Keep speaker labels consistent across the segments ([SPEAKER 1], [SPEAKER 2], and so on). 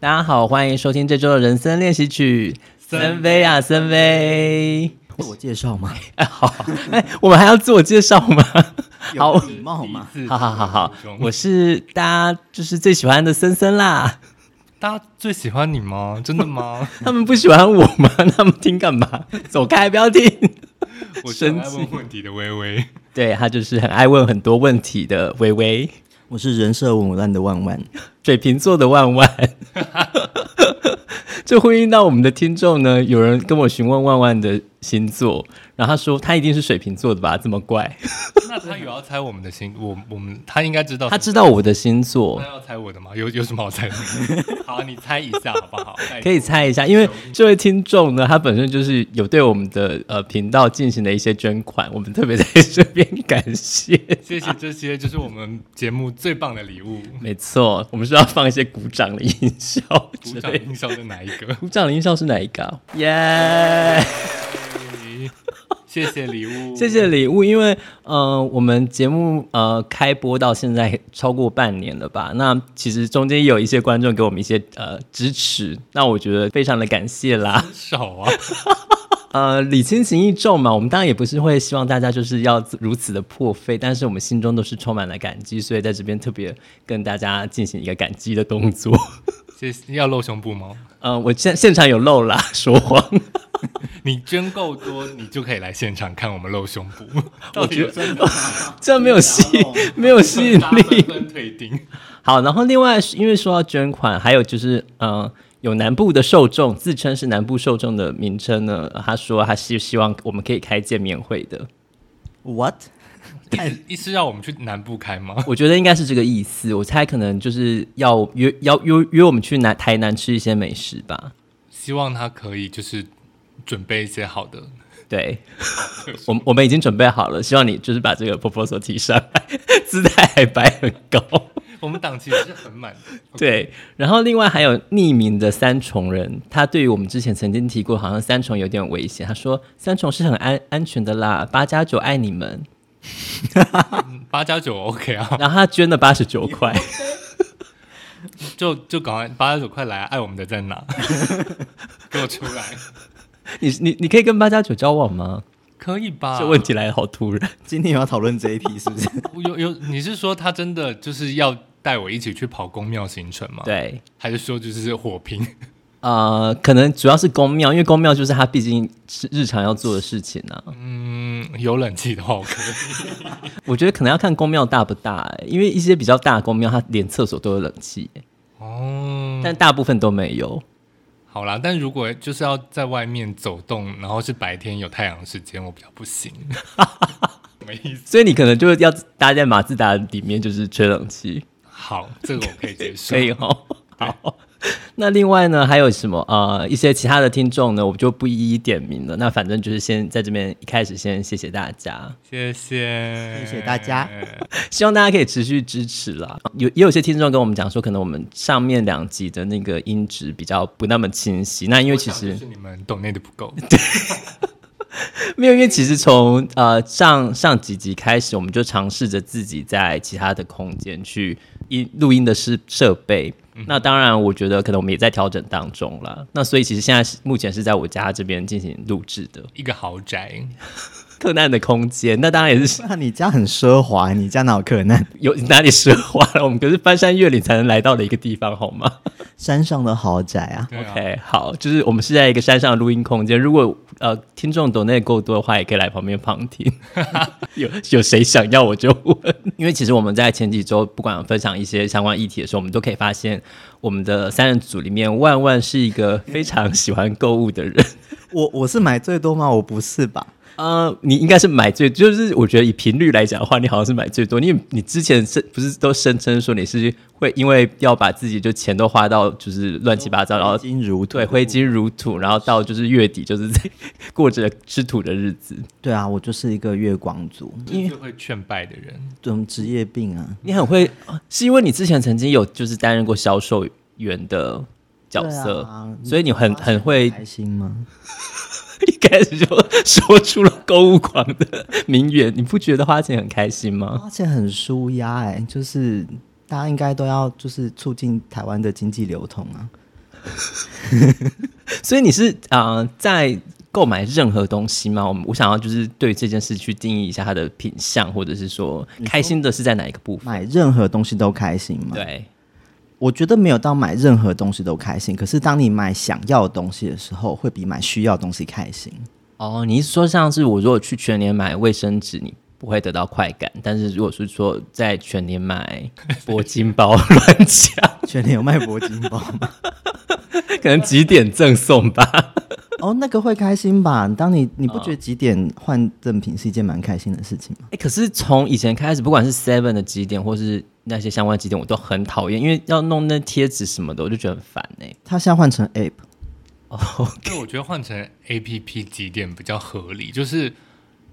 [SPEAKER 1] 大家好，欢迎收听这周的人生练习曲。森飞啊，森飞，
[SPEAKER 2] 自我介绍 吗？
[SPEAKER 1] 哎，好，哎，我们还要自我介绍吗？好，
[SPEAKER 2] 礼貌嘛。
[SPEAKER 1] 好好好好，我是大家就是最喜欢的森森啦。
[SPEAKER 3] 大家最喜欢你吗？真的吗？
[SPEAKER 1] 他们不喜欢我吗？他们听干嘛？走开，不要听。
[SPEAKER 3] 我是
[SPEAKER 1] 生
[SPEAKER 3] 很爱
[SPEAKER 1] 气
[SPEAKER 3] 问问题的微微，
[SPEAKER 1] 对他就是很爱问很多问题的微微，
[SPEAKER 2] 我是人设稳烂的万万，
[SPEAKER 1] 水瓶座的万万。这呼应到我们的听众呢，有人跟我询问万万的星座，然后他说他一定是水瓶座的吧？这么怪，
[SPEAKER 3] 那他有要猜我们的星，我我们他应该知 道，
[SPEAKER 1] 他知道我的星座
[SPEAKER 3] 他，要猜我的吗？有有什么好猜的？好，你猜一下好不好？拜托
[SPEAKER 1] 可以。猜一下，因为这位听众呢，他本身就是有对我们的呃频道进行了一些捐款，我们特别在这边感谢。
[SPEAKER 3] 谢谢这些，就是我们节目最棒的礼物。
[SPEAKER 1] 没错，我们是要放一些鼓掌的音效之
[SPEAKER 3] 鼓掌
[SPEAKER 1] 类的。
[SPEAKER 3] 印象的哪一个？
[SPEAKER 1] 鼓掌的音效是哪一个、啊？耶、
[SPEAKER 3] 谢谢礼物，
[SPEAKER 1] 谢谢礼物，因为呃，我们节目呃开播到现在超过半年了吧？那其实中间也有一些观众给我们一些呃支持，那我觉得非常的感谢啦。
[SPEAKER 3] 手啊！
[SPEAKER 1] 呃，礼轻情意重嘛，我们当然也不是会希望大家就是要如此的破费，但是我们心中都是充满了感激，所以在这边特别跟大家进行一个感激的动作。
[SPEAKER 3] 谢谢要露胸部吗？
[SPEAKER 1] 呃， 我现现场有漏啦，说谎，
[SPEAKER 3] 你捐够多，你就可以来现场看我们露胸部。
[SPEAKER 1] 我觉
[SPEAKER 3] 得
[SPEAKER 1] 这没有吸，没有 吸引力。
[SPEAKER 3] 分退订。
[SPEAKER 1] 好，然后另外是因为说到捐款，还有就是呃，有南部的受众自称是南部受众的名称呢，他说他是希望我们可以开见面会的，
[SPEAKER 2] What？
[SPEAKER 3] 意思让我们去南部开吗？
[SPEAKER 1] 我觉得应该是这个意思，我猜可能就是要约要约约我们去南台南吃一些美食吧。
[SPEAKER 3] 希望他可以就是准备一些好的。
[SPEAKER 1] 对，我们我们已经准备好了，希望你就是把这个 proposal 提上来， 姿态还摆很高。
[SPEAKER 3] 我们档期也是很满的，
[SPEAKER 1] 对，然后另外还有匿名的三重人，他对于我们之前曾经提过，好像三重有点危险。他说三重是很安安全的啦，八加九爱你们。
[SPEAKER 3] 嗯八加九 OK 啊，
[SPEAKER 1] 然后他捐了八十九块，
[SPEAKER 3] 就就赶快八加九快来啊，爱我们的在哪？ 给我出来，
[SPEAKER 1] 你你你可以跟八加九交往吗？
[SPEAKER 3] 可以吧？
[SPEAKER 1] 这问题来的好突然。
[SPEAKER 2] 今天有要讨论这一题是 不是？
[SPEAKER 3] 有有，你是说他真的就是要带我一起去跑宫庙行程吗？，
[SPEAKER 1] 对，
[SPEAKER 3] 还是说就是火拼？
[SPEAKER 1] 呃，可能主要是公庙，因为公庙就是他毕竟是日常要做的事情啊。
[SPEAKER 3] 嗯，有冷气的话我可以。
[SPEAKER 1] 我觉得可能要看公庙大不大、欸因为一些比较大的公庙，它连厕所都有冷气、欸
[SPEAKER 3] 哦，
[SPEAKER 1] 但大部分都没有。
[SPEAKER 3] 好啦，但如果就是要在外面走动，然后是白天有太阳的时间，我比较不行。 什么意思？
[SPEAKER 1] 所以你可能就是要搭在马自达里面，就是吹冷气，
[SPEAKER 3] 好，这个我可以接 受。
[SPEAKER 1] 可以哦。好，那另外呢，还有什么呃一些其他的听众呢，我就不一一点名了。那反正就是先在这边一开始先谢谢大家，
[SPEAKER 3] 谢谢，
[SPEAKER 2] 谢谢大家。
[SPEAKER 1] 希望大家可以持续支持啦。有也有些听众跟我们讲说，可能我们上面两集的那个音质比较不那么清晰，那因为其
[SPEAKER 3] 我想
[SPEAKER 1] 实
[SPEAKER 3] 就是你们懂内的不够，
[SPEAKER 1] 没有，因为其实从呃上上几集开始，我们就尝试着自己在其他的空间去音录音的设设备。那当然，我觉得可能我们也在调整当中了。那所以其实现在是目前是在我家这边进行录制的
[SPEAKER 3] 一个豪宅，
[SPEAKER 1] 客难的空间。那当然也是
[SPEAKER 2] 那你家很奢华，你家哪有客难？
[SPEAKER 1] 有哪里奢华了，我们可是翻山越岭才能来到的一个地方，好吗？
[SPEAKER 2] 山上的豪宅啊，
[SPEAKER 3] 对啊
[SPEAKER 1] OK，好，就是我们是在一个山上的录音空间。如果呃听众懂内够多的话，也可以来旁边旁听。 有有谁想要我就问，因为其实我们在前几周不管分享一些相关议题的时候，我们都可以发现，我们的三人组里面，万万是一个非常喜欢购物的人。
[SPEAKER 2] 我我是买最多吗？我不是吧？
[SPEAKER 1] 呃，你应该是买最，就是我觉得以频率来讲的话，你好像是买最多，因为你之前是不是都声称说你是会因为要把自己就钱都花到就是乱七八糟，然后
[SPEAKER 2] 金如土
[SPEAKER 1] 对，挥金如土，然后到就是月底，就是在 过着吃土的日子。
[SPEAKER 2] 对啊，我就是一个月光族，
[SPEAKER 3] 因为会劝败的人，
[SPEAKER 2] 这种职业病啊。
[SPEAKER 1] 你很会，啊是因为你之前曾经有就是担任过销售员的角色，
[SPEAKER 2] 对啊
[SPEAKER 1] 所以你很很会
[SPEAKER 2] 开心吗？
[SPEAKER 1] 一开始就说出了购物狂的名言。你不觉得花钱很开心吗？
[SPEAKER 2] 花钱很舒压哎，就是大家应该都要就是促进台湾的经济流通啊。
[SPEAKER 1] 所以你是啊、呃在购买任何东西吗？我们我想要就是对这件事去定义一下它的品相，或者是说开心的是在哪一个部分？
[SPEAKER 2] 买任何东西都开心吗？，
[SPEAKER 1] 对，
[SPEAKER 2] 我觉得没有到买任何东西都开心，可是当你买想要的东西的时候，会比买需要的东西开 心。
[SPEAKER 1] 哦，你是说像是我如果去全年买卫生纸，你不会得到快感，但是如果是说在全年买铂金包 乱讲，
[SPEAKER 2] 全年有卖铂金包吗？
[SPEAKER 1] 可能几点赠送吧？
[SPEAKER 2] 哦，那个会开心吧？当你你不觉得几点换赠品是一件蛮开心的事情吗？
[SPEAKER 1] 哎、可是从以前开始，不管是 Seven 的几点，或是那些相关几点，我都很讨厌，因为要弄那贴纸什么的，我就觉得很烦哎、
[SPEAKER 2] 它现在换成 App，
[SPEAKER 3] 对，我觉得换成 A P P 几点比较合理，就是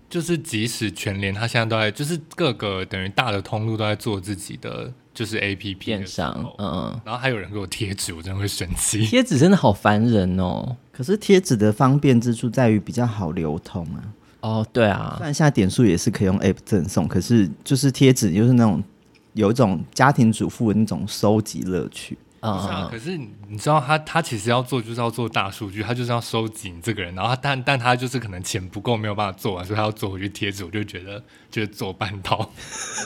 [SPEAKER 3] 就是即使全联它现在都在，就是各个等于大的通路都在做自己的就是 A P P
[SPEAKER 1] 电商，嗯嗯，
[SPEAKER 3] 然后还有人给我贴纸，我真的会生气。
[SPEAKER 1] 贴纸真的好烦人哦。
[SPEAKER 2] 可是贴纸的方便之处在于比较好流通啊。
[SPEAKER 1] 哦，对
[SPEAKER 2] 虽
[SPEAKER 1] 啊，
[SPEAKER 2] 然现在点数也是可以用 App 赠送，可是就是贴纸就是那种有一种家庭主妇的那种收集乐趣。
[SPEAKER 1] 嗯
[SPEAKER 3] 不是
[SPEAKER 1] 嗯，
[SPEAKER 3] 啊，
[SPEAKER 1] 嗯
[SPEAKER 3] 可是你知道他，他其实要做就是要做大数据，他就是要收集你这个人，然后他但但他就是可能钱不够，没有办法做完，所以他要做回去贴纸，我就觉得 就是做半套，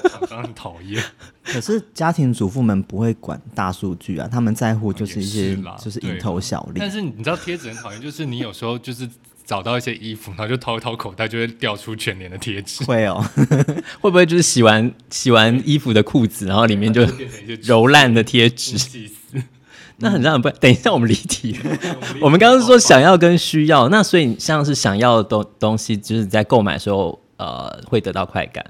[SPEAKER 3] 厂商很讨 厌。
[SPEAKER 2] 可是家庭主妇们不会管大数据啊，他们在乎就是
[SPEAKER 3] 哦
[SPEAKER 2] 一
[SPEAKER 3] 也
[SPEAKER 2] 些
[SPEAKER 3] 是啦
[SPEAKER 2] 就是
[SPEAKER 3] 对
[SPEAKER 2] 蝇头小利
[SPEAKER 3] 但。是你知道贴纸很讨厌，就是你有时候就是找到一些衣服，然后就掏一掏口袋，就会掉出全脸的贴纸，
[SPEAKER 2] 会哦，
[SPEAKER 1] 会不会就是洗完洗完衣服的裤子，然后里面就
[SPEAKER 3] 就变成一些
[SPEAKER 1] 揉烂的贴纸？
[SPEAKER 3] 气死。
[SPEAKER 1] 那很让人不。等一下，嗯 我们离题了。我们刚刚说想要跟需要，那所以像是想要的东东西，就是在购买的时候，呃，会得到快感。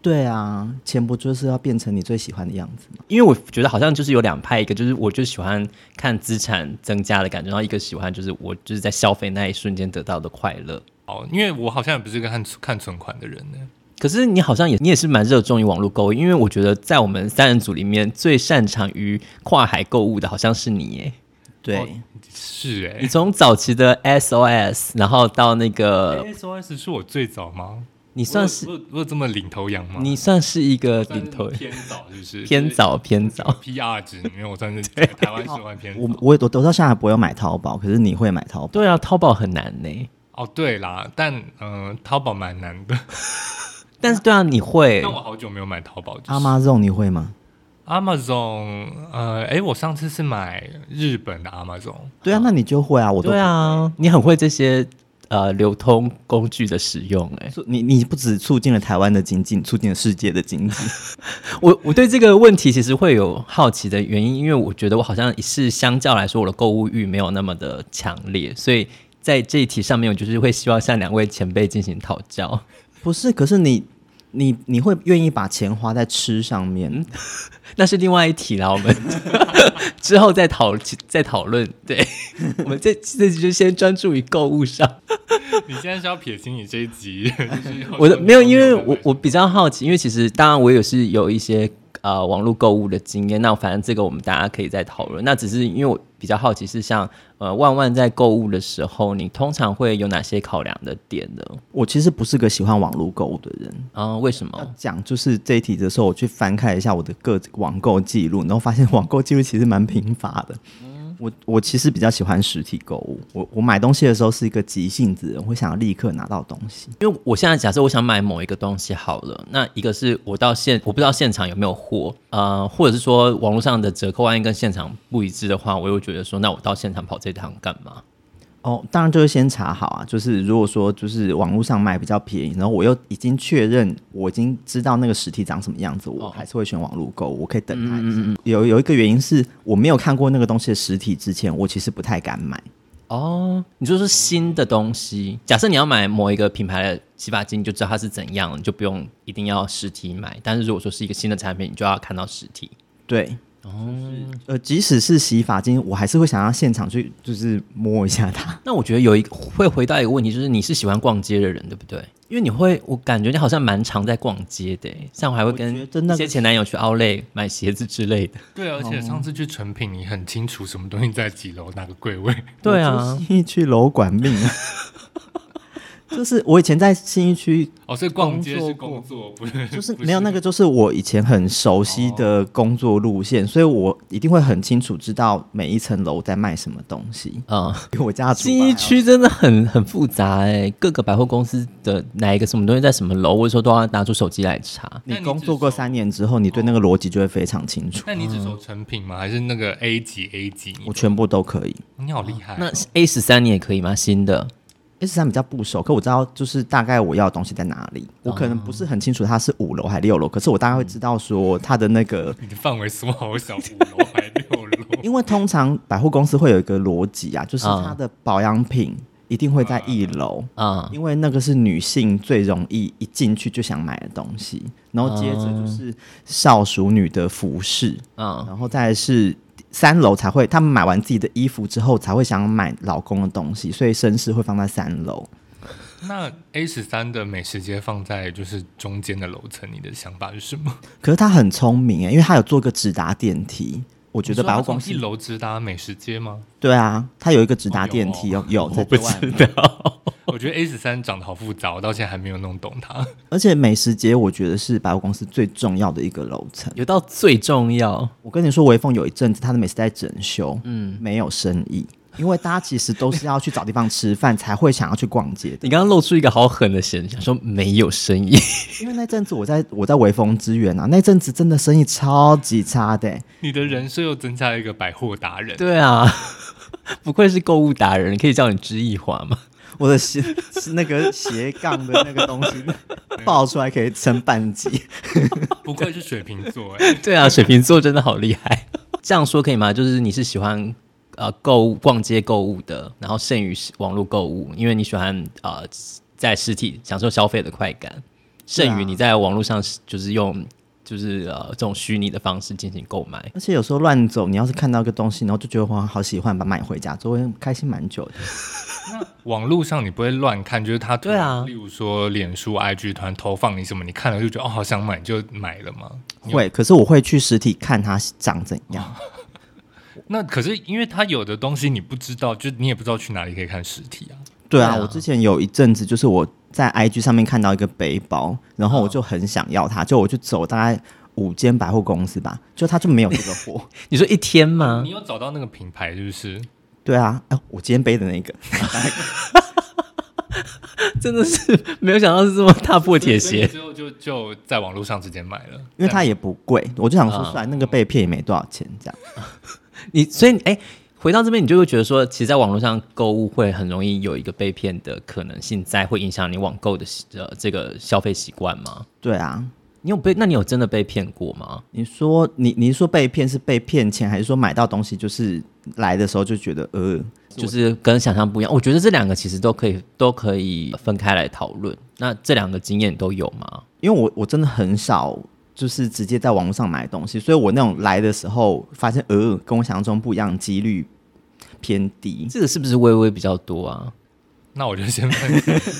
[SPEAKER 2] 对啊，钱不就是要变成你最喜欢的样子吗？
[SPEAKER 1] 因为我觉得好像就是有两派，一个就是我就喜欢看资产增加的感觉，然后一个喜欢就是我就是在消费那一瞬间得到的快乐。
[SPEAKER 3] 哦，因为我好像也不是一个看看存款的人呢。
[SPEAKER 1] 可是你好像也你也是蛮热衷于网络购物，因为我觉得在我们三人组里面最擅长于跨海购物的好像是你耶。
[SPEAKER 2] 对，
[SPEAKER 3] 哦是哎、
[SPEAKER 1] 你从早期的 SOS，然后到那个，
[SPEAKER 3] SOS 是我最早吗？
[SPEAKER 1] 你
[SPEAKER 3] 你
[SPEAKER 1] 算是
[SPEAKER 3] 我有我有这么领头羊吗？
[SPEAKER 1] 你算是一个
[SPEAKER 3] 算是
[SPEAKER 1] 领头
[SPEAKER 3] 偏早，是不是
[SPEAKER 1] 偏早偏 早。
[SPEAKER 3] PR 值里面，我算是在台湾是外偏
[SPEAKER 2] 我
[SPEAKER 3] 早。
[SPEAKER 2] 我我到现在还不会买淘宝，可是你会买淘宝，
[SPEAKER 1] 对啊，淘宝很难呢。
[SPEAKER 3] 哦，对啦，但嗯、呃淘宝蛮难的，
[SPEAKER 1] 但是对啊，你会
[SPEAKER 3] 但我好久没有买淘宝。就是
[SPEAKER 2] 阿妈这种你会吗？
[SPEAKER 3] Amazon，呃，哎，我上次是买日本的 Amazon，
[SPEAKER 2] 对啊，那你就会啊，我都
[SPEAKER 1] 对啊，你很会这些呃流通工具的使用哎。
[SPEAKER 2] 促。你你不止促进了台湾的经济，你促进了世界的经济。
[SPEAKER 1] 我我对这个问题其实会有好奇的原因，因为我觉得我好像是相较来说我的购物欲没有那么的强烈，所以在这一题上面，我就是会希望向两位前辈进行讨教。
[SPEAKER 2] 不是，可是你你你会愿意把钱花在吃上面？
[SPEAKER 1] 那是另外一题啦，我们 之后再讨再讨论。对， 我们这这集就先专注于购物上。
[SPEAKER 3] 你现在是要撇清你这一集？ 就是
[SPEAKER 1] 我的没有，因为我我比较好奇，因为其实当然我也是有一些呃网络购物的经验，那反正这个我们大家可以再讨论。那只是因为我比较好奇是像呃万万在购物的时候，你通常会有哪些考量的点呢？
[SPEAKER 2] 我其实不是个喜欢网络购物的人。
[SPEAKER 1] 啊、为什么？
[SPEAKER 2] 讲就是这一题的时候，我去翻看一下我的各网购记录，然后发现网购记录其实蛮贫乏的。我我其实比较喜欢实体购物，我我买东西的时候是一个急性子的人，我会想要立刻拿到东西。
[SPEAKER 1] 因为我现在假设我想买某一个东西好了，那一个是我到现我不知道现场有没有货，呃，或者是说网络上的折扣万一跟现场不一致的话，我又觉得说，那我到现场跑这趟干嘛？
[SPEAKER 2] 哦，当然就是先查好啊，就是如果说就是网络上买比较便宜，然后我又已经确认我已经知道那个实体长什么样子，我
[SPEAKER 1] 哦
[SPEAKER 2] 还是会选网络购物，我可以等它一下。有有一个原因是我没有看过那个东西的实体之前，我其实不太敢买。
[SPEAKER 1] 哦，你就是新的东西。假设你要买某一个品牌的洗发精，你就知道它是怎样，你就不用一定要实体买。但是如果说是一个新的产品，你就要看到实体。
[SPEAKER 2] 对，哦，呃，即使是洗发精，我还是会想要现场去，就是摸一下它。
[SPEAKER 1] 那我觉得有一个会回到一个问题，就是你是喜欢逛街的人，对不对？因为你会，我感觉你好像蛮常在逛街的欸，像我还会跟
[SPEAKER 2] 我觉得那
[SPEAKER 1] 一
[SPEAKER 2] 个
[SPEAKER 1] 些前男友去 Outlet 买鞋子之类的。
[SPEAKER 3] 对，啊而且上次去成品，你很清楚什么东西在几楼哪个柜位。
[SPEAKER 1] 对
[SPEAKER 2] 我
[SPEAKER 1] 啊
[SPEAKER 2] 就，是去楼管命啊。 就是我以前在新一区，
[SPEAKER 3] 哦，所以逛街是
[SPEAKER 2] 工
[SPEAKER 3] 工作，不是
[SPEAKER 2] 就是
[SPEAKER 3] 不
[SPEAKER 2] 没有那个，就是我以前很熟悉的工作路线，所以我一定会很清楚知道每一层楼在卖什么东西。
[SPEAKER 1] 嗯，
[SPEAKER 2] 因为我家的厨房
[SPEAKER 1] 新一区真的很很复杂哎、各个百货公司的哪一个什么东西在什么楼，我有时候都要拿出手机来查。
[SPEAKER 2] 你工作过三年之后，你对那个逻辑就会非常清楚。
[SPEAKER 3] 那你只走成品吗？还是那个 A 级 A 级？
[SPEAKER 1] 哦
[SPEAKER 3] 你
[SPEAKER 2] 我全部都可以。
[SPEAKER 3] 你好厉害哦、
[SPEAKER 1] 那 A 十三你也可以吗？新的
[SPEAKER 2] S 三比较不熟，可我知道就是大概我要的东西在哪里。我可能不是很清楚它是五楼还六楼，可是我大概会知道说它的那个，
[SPEAKER 3] 你的范围缩好小，五楼还六楼。
[SPEAKER 2] 因为通常百货公司会有一个逻辑啊，就是
[SPEAKER 1] 嗯
[SPEAKER 2] 它的保养品一定会在一楼。
[SPEAKER 1] 啊、
[SPEAKER 2] 因为那个是女性最容易一进去就想买的东西，然后接着就是少熟女的服饰，
[SPEAKER 1] 啊、
[SPEAKER 2] 然后再来是三楼才会，他们买完自己的衣服之后才会想买老公的东西，所以绅士会放在三楼。
[SPEAKER 3] 那 A 十三的美食街放在就是中间的楼层，你的想法是什么？
[SPEAKER 2] 可是他很聪明欸诶，因为他有做个直达电梯。我觉得百货公
[SPEAKER 3] 你说它
[SPEAKER 2] 司
[SPEAKER 3] 从一楼直达美食街吗？
[SPEAKER 2] 对啊，他有一个直达电梯，有有在
[SPEAKER 1] 不
[SPEAKER 2] 最外
[SPEAKER 1] 知
[SPEAKER 2] 面
[SPEAKER 1] 道。
[SPEAKER 3] 我觉得 A 十三长得好复杂，我到现在还没有弄懂它。
[SPEAKER 2] 而且美食街我觉得是百货公司最重要的一个楼层。
[SPEAKER 1] 有到最重要，
[SPEAKER 2] 我跟你说，微风有一阵子他的美食在整修，嗯，没有生意，因为大家其实都是要去找地方吃饭才会想要去逛街的。
[SPEAKER 1] 你刚刚露出一个好狠的神，想说没有生意。
[SPEAKER 2] 因为那阵子我在我在微风支援啊，那阵子真的生意超级差的、欸
[SPEAKER 3] 你的人设又增加了一个百货达人，
[SPEAKER 1] 对啊，不愧是购物达人，可以叫你知易华吗？
[SPEAKER 2] 我的斜 是那个斜杠的那个东西爆出来可以撑半集。
[SPEAKER 3] 不愧是水瓶座 哎、
[SPEAKER 1] 对啊，水瓶座真的好厉害。这样说可以吗？就是你是喜欢呃购物、逛街购物的，然后剩余网络购物，因为你喜欢呃在实体享受消费的快感，
[SPEAKER 2] 对啊
[SPEAKER 1] 剩余你在网络上就是用就是呃这种虚拟的方式进行购买。
[SPEAKER 2] 而且有时候乱走，你要是看到一个东西，然后就觉得哇好喜欢，把它买回家，就会开心蛮久的。
[SPEAKER 3] 网络上你不会乱看，就是他突然
[SPEAKER 1] 对啊
[SPEAKER 3] 例如说脸书、IG 突然投放你什么，你看了就觉得哦好想买，你就买了吗？
[SPEAKER 2] 会，可是我会去实体看它长怎样。
[SPEAKER 3] 那可是因为它有的东西你不知道，就你也不知道去哪里可以看实体啊。
[SPEAKER 2] 对
[SPEAKER 1] 对
[SPEAKER 2] 啊，
[SPEAKER 1] 啊
[SPEAKER 2] 我之前有一阵子就是我在 IG 上面看到一个背包，然后我就很想要它，就我就走大概五间百货公司吧，就它就没有这个货。
[SPEAKER 1] 你说一天吗
[SPEAKER 3] 你？有找到那个品牌是不是？
[SPEAKER 2] 对啊，哎、我今天背的那个，
[SPEAKER 1] 真的是没有想到是这么大 破铁
[SPEAKER 3] 所以你
[SPEAKER 1] 鞋。
[SPEAKER 3] 之后就就在网络上直接买了，
[SPEAKER 2] 因为它也不贵，我就想说，
[SPEAKER 1] 啊
[SPEAKER 2] 算了那个被骗也没多少钱，这样。
[SPEAKER 1] 你所以哎、回到这边，你就会觉得说，其实，在网络上购物会很容易有一个被骗的可能性在，会影响你网购的习呃这个消费习惯吗？
[SPEAKER 2] 对啊，
[SPEAKER 1] 你有被？那你有真的被骗过吗？
[SPEAKER 2] 你说你你说被骗是被骗钱，还是说买到东西就是来的时候就觉得呃，
[SPEAKER 1] 就是跟想象不一样。我觉得这两个其实都可以都可以分开来讨论。那这两个经验你都有吗？
[SPEAKER 2] 因为我我真的很少就是直接在网络上买东西，所以我那种来的时候发现呃跟我想象中不一样，几率偏低。
[SPEAKER 1] 这个是不是微微比较多啊？
[SPEAKER 3] 那我就先分享一个，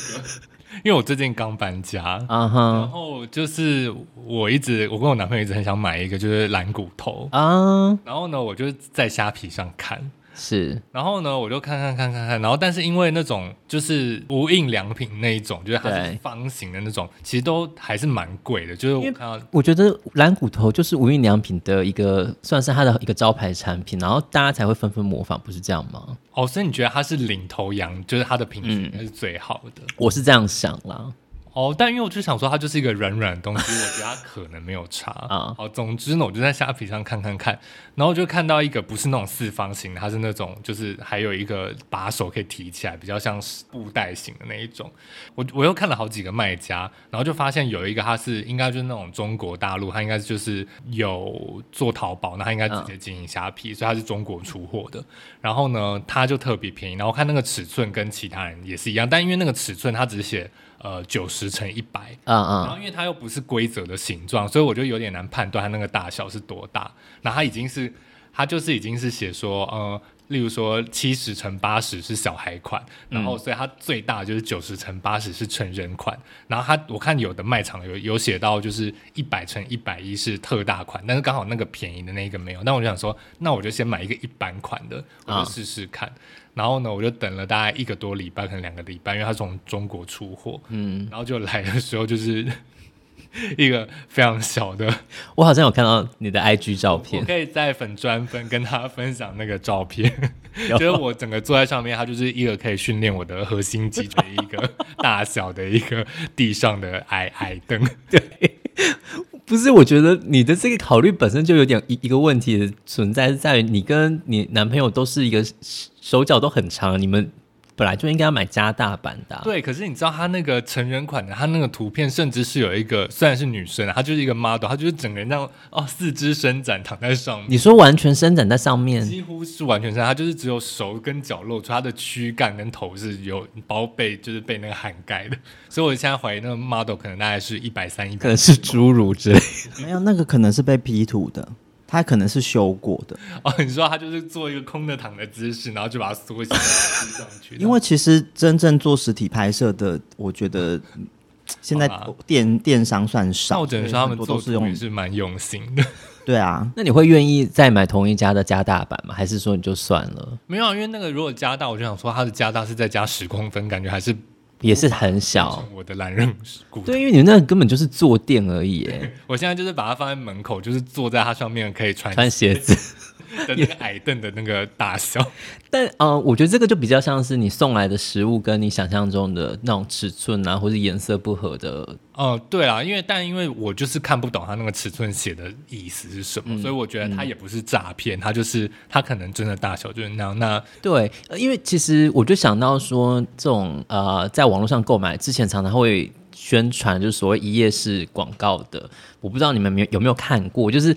[SPEAKER 3] 因为我最近刚搬家。
[SPEAKER 1] 啊
[SPEAKER 3] 然
[SPEAKER 1] 哈
[SPEAKER 3] 后就是我一直，我跟我男朋友一直很想买一个，就是蓝骨头。
[SPEAKER 1] 啊，
[SPEAKER 3] 然后呢，我就在虾皮上看，
[SPEAKER 1] 是
[SPEAKER 3] 然后呢，我就看看看看看，然后但是因为那种就是无印良品那一种，就是它
[SPEAKER 1] 对
[SPEAKER 3] 是方形的那种，其实都还是蛮贵的。就是我
[SPEAKER 1] 因为
[SPEAKER 3] 看到
[SPEAKER 1] 我觉得蓝骨头就是无印良品的一个，算是它的一个招牌产品，然后大家才会纷纷模仿，不是这样吗？
[SPEAKER 3] 哦，所以你觉得它是领头羊，就是它的
[SPEAKER 1] 嗯
[SPEAKER 3] 品质应该是最好的、
[SPEAKER 1] 我是这样想啦。
[SPEAKER 3] 哦。但因为我就想说，它就是一个软软的东西，我觉得它可能没有差
[SPEAKER 1] 啊
[SPEAKER 3] 哦，总之呢，我就在虾皮上看看看，然后就看到一个不是那种四方形的，它是那种就是还有一个把手可以提起来，比较像是布袋型的那一种。我我又看了好几个卖家，然后就发现有一个它是应该就是那种中国大陆，它应该就是有做淘宝，那它应该直接经营虾皮，所以它是中国出货的。然后呢，它就特别便宜，然后看那个尺寸跟其他人也是一样，但因为那个尺寸它只写呃九十乘一百，
[SPEAKER 1] 啊
[SPEAKER 3] 然
[SPEAKER 1] 啊
[SPEAKER 3] 后因为它又不是规则的形状，所以我就有点难判断它那个大小是多大。然后它已经是它就是已经是写说，呃，例如说七十乘八十是小孩款，然后所以它最大就是九十乘八十是成人款，然后它我看有的卖场有有写到就是一百乘一百一是特大款，但是刚好那个便宜的那一个没有，那我就想说，那我就先买一个一般款的，我
[SPEAKER 1] 啊
[SPEAKER 3] 就试试看。然后呢，我就等了大概一个多礼拜，可能两个礼拜，因为它从中国出货，嗯，然后就来的时候就是一个非常小的
[SPEAKER 1] 我好像有看到你的 IG 照
[SPEAKER 3] 我
[SPEAKER 1] 片，
[SPEAKER 3] 可以在粉专分跟他分享那个照片，就是我整个坐在上面，它就是一个可以训练我的核心肌的一个大小的一个地上的矮矮凳。
[SPEAKER 1] 不是？我觉得你的这个考虑本身就有点一一个问题的存在，是在于你跟你男朋友都是一个手脚都很长，你们本来就应该要买加大版的、啊。
[SPEAKER 3] 对，可是你知道他那个成人款的，他那个图片甚至是有一个虽然是女生啊，她就是一个 model，她就是整个人这样哦，四肢伸展躺在上面。
[SPEAKER 1] 你说完全伸展在上面，
[SPEAKER 3] 几乎是完全是，她就是只有手跟脚露出，她的躯干跟头是有包被，就是被那个涵盖的。 所以我现在怀疑那个 model 可能大概是一百三、一
[SPEAKER 1] 可
[SPEAKER 3] 百
[SPEAKER 1] 能是侏儒之类的。
[SPEAKER 2] 没有那个可能是被 P 图的，它可能是修过的，
[SPEAKER 3] 哦，你说他就是做一个空的躺的姿势，然后就把它缩起来吸上去，
[SPEAKER 2] 因为其实真正做实体拍摄的，我觉得嗯现在
[SPEAKER 3] 好啦
[SPEAKER 2] 电电商算少，
[SPEAKER 3] 那我只能说他们
[SPEAKER 2] 很多
[SPEAKER 3] 做
[SPEAKER 2] 都是
[SPEAKER 3] 图也
[SPEAKER 2] 用
[SPEAKER 3] 是蛮用心的。
[SPEAKER 2] 对啊，
[SPEAKER 1] 那你会愿意再买同一家的加大版吗？还是说你就算了？
[SPEAKER 3] 没有啊，因为那个如果加大，我就想说他的加大是再加十公分，感觉还是
[SPEAKER 1] 也是很小，
[SPEAKER 3] 我的懒人骨头。
[SPEAKER 1] 对，因为你那根本就是坐垫而已耶，
[SPEAKER 3] 我现在就是把它放在门口，就是坐在它上面可以穿
[SPEAKER 1] 穿鞋子。
[SPEAKER 3] 的 那个矮凳的那个大小。
[SPEAKER 1] 但呃，我觉得这个就比较像是你送来的食物跟你想象中的那种尺寸啊，或是颜色不合的。
[SPEAKER 3] 哦、对啦，因为但因为我就是看不懂他那个尺寸写的意思是什
[SPEAKER 1] 嗯
[SPEAKER 3] 么，所以我觉得他也不是诈骗，他就是他可能真的大小就是那样。那
[SPEAKER 1] 对，呃因为其实我就想到说，这种呃，在网络上购买之前，常常会宣传就是所谓一页式广告的，我不知道你们有没有有没有看过，就是。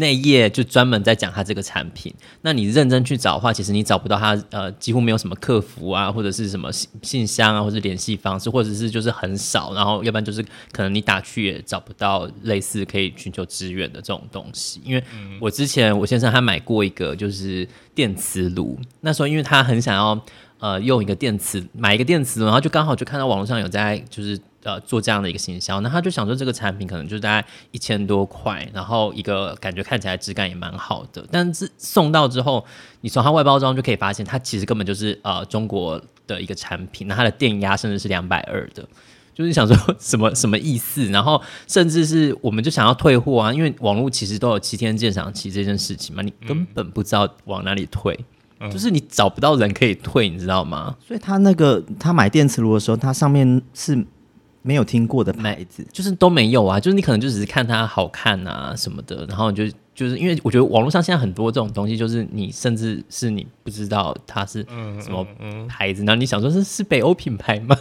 [SPEAKER 1] 那一页就专门在讲它这个产品，那你认真去找的话，其实你找不到它，呃，几乎没有什么客服啊，或者是什么信信箱啊，或者联系方式，或者是就是很少，然后要不然就是可能你打去也找不到类似可以寻求支援的这种东西。因为我之前我先生他买过一个就是电磁炉，那时候因为他很想要呃用一个电磁买一个电磁炉，然后就刚好就看到网络上有在就是。呃，做这样的一个行销，那他就想说这个产品可能就大概一千多块，然后一个感觉看起来质感也蛮好的，但是送到之后，你从它外包装就可以发现，它其实根本就是呃中国的一个产品，那它的电压甚至是两百二的，就是想说什么什么意思，然后甚至是我们就想要退货啊，因为网络其实都有七天鉴赏期这件事情嘛，你根本不知道往哪里退，就是你找不到人可以退，你知道吗？
[SPEAKER 2] 所以他那个他买电磁炉的时候，它上面是没有听过的牌子，
[SPEAKER 1] 就是都没有啊，就是你可能就只是看它好看啊什么的，然后你就就是因为我觉得网络上现在很多这种东西，就是你甚至是你不知道它是什么牌子，然后你想说是是北欧品牌吗？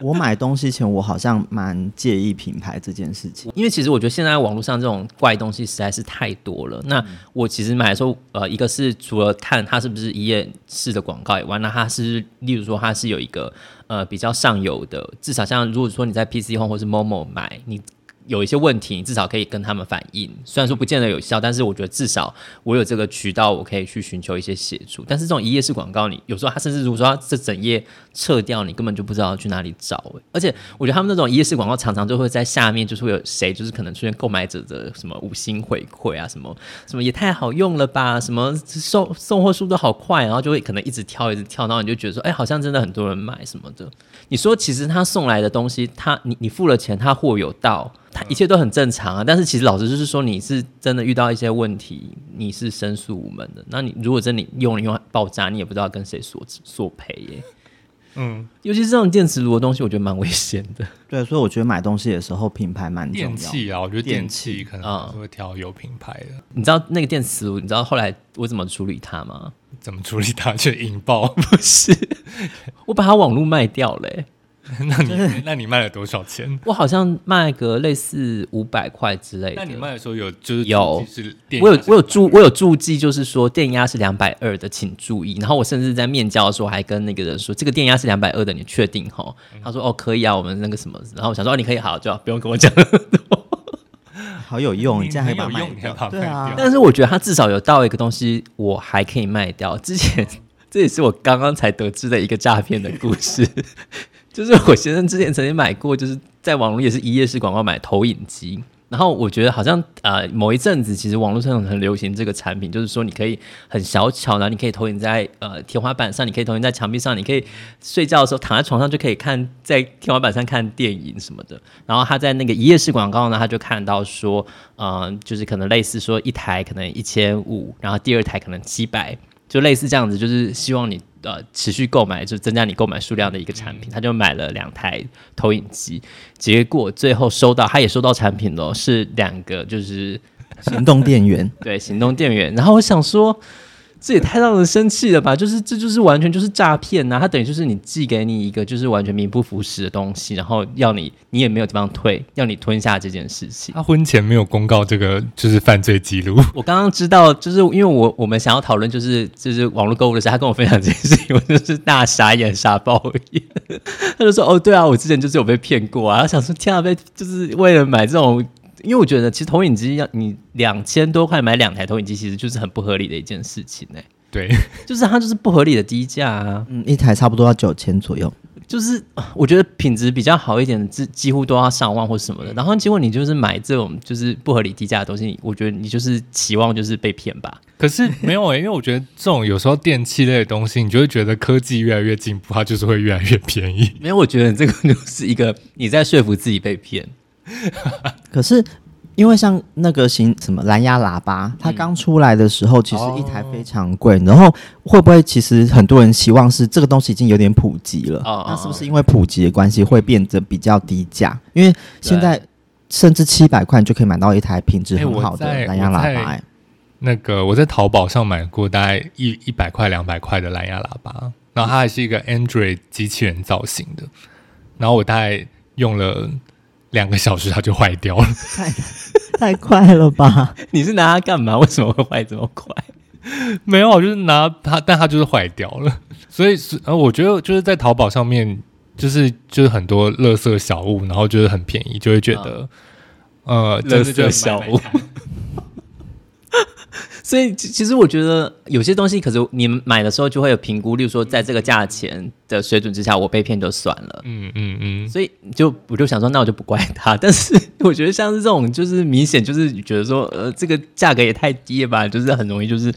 [SPEAKER 2] 我买东西前，我好像蛮介意品牌这件事情。
[SPEAKER 1] 因为其实我觉得现在网络上这种怪东西实在是太多了。那我其实买的时候，呃，一个是除了看它是不是一页式的广告以外，那它是例如说它是有一个呃比较上游的，至少像如果说你在 PC Home 或是 Momo 买，你有一些问题，你至少可以跟他们反映。虽然说不见得有效，但是我觉得至少我有这个渠道，我可以去寻求一些协助。但是这种一页式广告，你有时候它甚至如果说它这整页撤掉，你根本就不知道去哪里找、欸而且我觉得他们那种一页式广告常常就会在下面，就是会有谁就是可能出现购买者的什么五星回馈啊，什么什么也太好用了吧，什么送送货速度好快，然后就会可能一直跳一直跳，然后你就觉得说，哎、好像真的很多人买什么的。你说其实他送来的东西，他你你付了钱，他货有到，他一切都很正常啊。但是其实老实就是说，你是真的遇到一些问题，你是申诉无门的。那你如果真的用了用了爆炸，你也不知道跟谁索索赔耶。
[SPEAKER 3] 嗯，
[SPEAKER 1] 尤其是这种电磁炉的东西，我觉得蛮危险的。
[SPEAKER 2] 对，所以我觉得买东西的时候品牌蛮重
[SPEAKER 3] 电
[SPEAKER 2] 要。
[SPEAKER 3] 器啊，我觉得电
[SPEAKER 2] 电
[SPEAKER 3] 器
[SPEAKER 2] 器
[SPEAKER 3] 可
[SPEAKER 1] 啊
[SPEAKER 3] 能还是会挑有品牌的。
[SPEAKER 1] 你知道那个电磁炉，你知道后来我怎么处理它吗？
[SPEAKER 3] 怎么处理它却引爆？
[SPEAKER 1] 不是，我把它网路卖掉嘞、
[SPEAKER 3] 那你那你卖了多少钱？
[SPEAKER 1] 我好像卖个类似五百块之类
[SPEAKER 3] 那
[SPEAKER 1] 的
[SPEAKER 3] 你。卖的时候有就是
[SPEAKER 1] 有
[SPEAKER 3] 是电
[SPEAKER 1] 我有
[SPEAKER 3] 压是
[SPEAKER 1] 我有注我有注记，就是说电压是两百二的，请注意。然后我甚至在面交的时候还跟那个人说，这个电压是两百二的，你确定吼？
[SPEAKER 3] 嗯
[SPEAKER 1] 他说哦可以啊，我们那个什么。然后我想说哦你可以好，就好不用跟我讲。
[SPEAKER 2] 好有用，
[SPEAKER 3] 你
[SPEAKER 2] 你竟然还
[SPEAKER 3] 很
[SPEAKER 2] 把它
[SPEAKER 3] 有
[SPEAKER 2] 卖
[SPEAKER 3] 用你还把它
[SPEAKER 2] 对
[SPEAKER 3] 卖
[SPEAKER 2] 啊
[SPEAKER 3] 掉，
[SPEAKER 1] 但是我觉得它至少有到一个东西，我还可以卖掉。之前 这也是我刚刚才得知的一个诈骗的故事，就是我先生之前曾经买过，就是在网络也是一页式广告买投影机。然后我觉得好像呃某一阵子，其实网络上很流行这个产品，就是说你可以很小巧，然后你可以投影在呃天花板上，你可以投影在墙壁上，你可以睡觉的时候躺在床上就可以看在天花板上看电影什么的。然后他在那个一页式广告呢，他就看到说，嗯、就是可能类似说一台可能一千五，然后第二台可能七百，就类似这样子，就是希望你呃持续购买，就增加你购买数量的一个产品。他就买了两台投影机，结果最后收到，他也收到产品了，是两个就是
[SPEAKER 2] 行动电源。
[SPEAKER 1] 对行动电源。然后我想说。这也太让人生气了吧！就是这就是完全就是诈骗啊呐、他等于就是你寄给你一个就是完全名不符实的东西，然后要你你也没有地方退，要你吞下这件事情。
[SPEAKER 3] 他婚前没有公告这个就是犯罪记录，
[SPEAKER 1] 我刚刚知道，就是因为我我们想要讨论就是就是网络购物的时候，他跟我分享这件事情，我 就是大傻眼傻爆眼。 他就说：“哦，对啊，我之前就是有被骗过啊。”他想说：“天啊，被就是为了买这种。”因为我觉得，其实投影机要你两千多块买两台投影机，其实就是很不合理的一件事情哎、
[SPEAKER 3] 对，
[SPEAKER 1] 就是它就是不合理的低价啊。
[SPEAKER 2] 嗯，一台差不多要九千左右，
[SPEAKER 1] 就是啊我觉得品质比较好一点的，几几乎都要上万或什么的。然后结果你就是买这种就是不合理低价的东西，你我觉得你就是期望就是被骗吧。
[SPEAKER 3] 可是没有、欸，因为我觉得这种有时候电器类的东西，你就会觉得科技越来越进步，它就是会越来越便宜。
[SPEAKER 1] 没有，我觉得这个就是一个你在说服自己被骗。
[SPEAKER 2] 可是因为像那个行什么蓝牙喇叭，
[SPEAKER 3] 嗯
[SPEAKER 2] 它刚出来的时候，其实一
[SPEAKER 3] 哦
[SPEAKER 2] 台非常贵。然后会不会其实很多人期望是这个东西已经有点普及了？
[SPEAKER 1] 哦
[SPEAKER 2] 那是不是因为普及的关系会变得比较低价？因为现在甚至七百块你就可以买到一台品质很好的
[SPEAKER 3] 哎我在
[SPEAKER 2] 蓝牙喇
[SPEAKER 3] 我在
[SPEAKER 2] 叭、哎
[SPEAKER 3] 那个我在淘宝上买过大概一一百块、两百块的蓝牙喇叭，然后它还是一个 Android 机器人造型的，然后我大概用了两个小时，它就坏 掉了。
[SPEAKER 2] 太快了吧！
[SPEAKER 1] 你是拿它干嘛？为什么会坏这么快？
[SPEAKER 3] 没有，啊我就是拿它，但它就是坏掉了。所以是呃，我觉得就是在淘宝上面，就是就是很多垃圾小物，然后就是很便宜，就会觉得、呃，真的就
[SPEAKER 1] 垃圾小物
[SPEAKER 3] 买买看
[SPEAKER 1] 所以其其实我觉得有些东西，可是你买的时候就会有评估，例如说在这个价钱的水准之下，我被骗就算了。
[SPEAKER 3] 嗯嗯嗯，
[SPEAKER 1] 所以就我就想说，那我就不怪他。但是我觉得像是这种，就是明显就是觉得说，呃，这个价格也太低了吧，就是很容易就是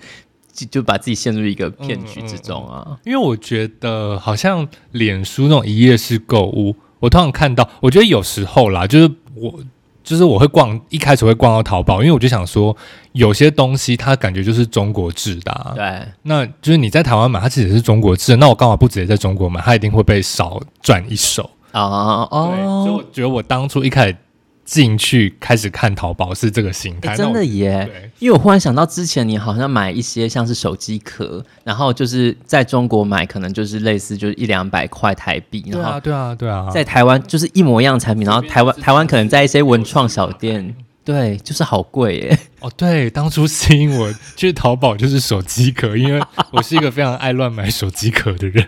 [SPEAKER 1] 就就把自己陷入一个骗局之中啊。
[SPEAKER 3] 因为我觉得好像脸书那种一页式购物，我通常看到，我觉得有时候啦，就是我。就是我会逛，一开始会逛到淘宝，因为我就想说，有些东西它感觉就是中国制的、啊，
[SPEAKER 1] 对，
[SPEAKER 3] 那就是你在台湾买，它其实是中国制的，那我干嘛不直接在中国买？它一定会被少赚一手。
[SPEAKER 1] 哦
[SPEAKER 3] 对，所以
[SPEAKER 1] 哦
[SPEAKER 3] 我，觉得我当初一开始进去开始看淘宝是这个心
[SPEAKER 1] 诶
[SPEAKER 3] 态，
[SPEAKER 1] 哎真
[SPEAKER 3] 那
[SPEAKER 1] 的
[SPEAKER 3] 我
[SPEAKER 1] 耶
[SPEAKER 3] 对！
[SPEAKER 1] 因为我忽然想到，之前你好像买一些像是手机壳，然后就是在中国买，可能就是类似就是一两百块台币，
[SPEAKER 3] 对
[SPEAKER 1] 然
[SPEAKER 3] 啊，
[SPEAKER 1] 后
[SPEAKER 3] 对啊，对啊，
[SPEAKER 1] 在台湾就是一模一样的产品，然后台湾台湾可能在一些文创小店，对，就是好贵耶。
[SPEAKER 3] 哦，对，当初吸引我去淘宝就是手机壳，因为我是一个非常爱乱买手机壳的人。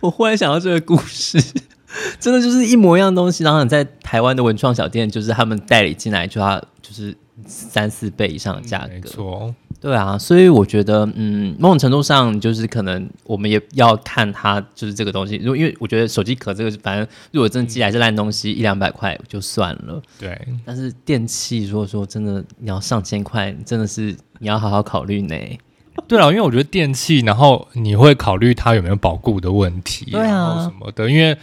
[SPEAKER 1] 我忽然想到这个故事，真的就是一模一样的东西。然后你在台湾的文创小店，就是他们代理进来就要就是三四倍以上的 价
[SPEAKER 3] 嗯没
[SPEAKER 1] 格，
[SPEAKER 3] 错，
[SPEAKER 1] 对啊。所以我觉得，嗯，某种程度上就是可能我们也要看它就是这个东西。如果因为我觉得手机壳这个，反正如果真的寄来是烂东西，一两百块就算了。
[SPEAKER 3] 对，
[SPEAKER 1] 但是电器如果说真的你要上千块，真的是你要好好考虑呢。
[SPEAKER 3] 对了，因为我觉得电器，然后你会考虑它有没有保固的问题，
[SPEAKER 1] 对啊
[SPEAKER 3] 然后什么的。因为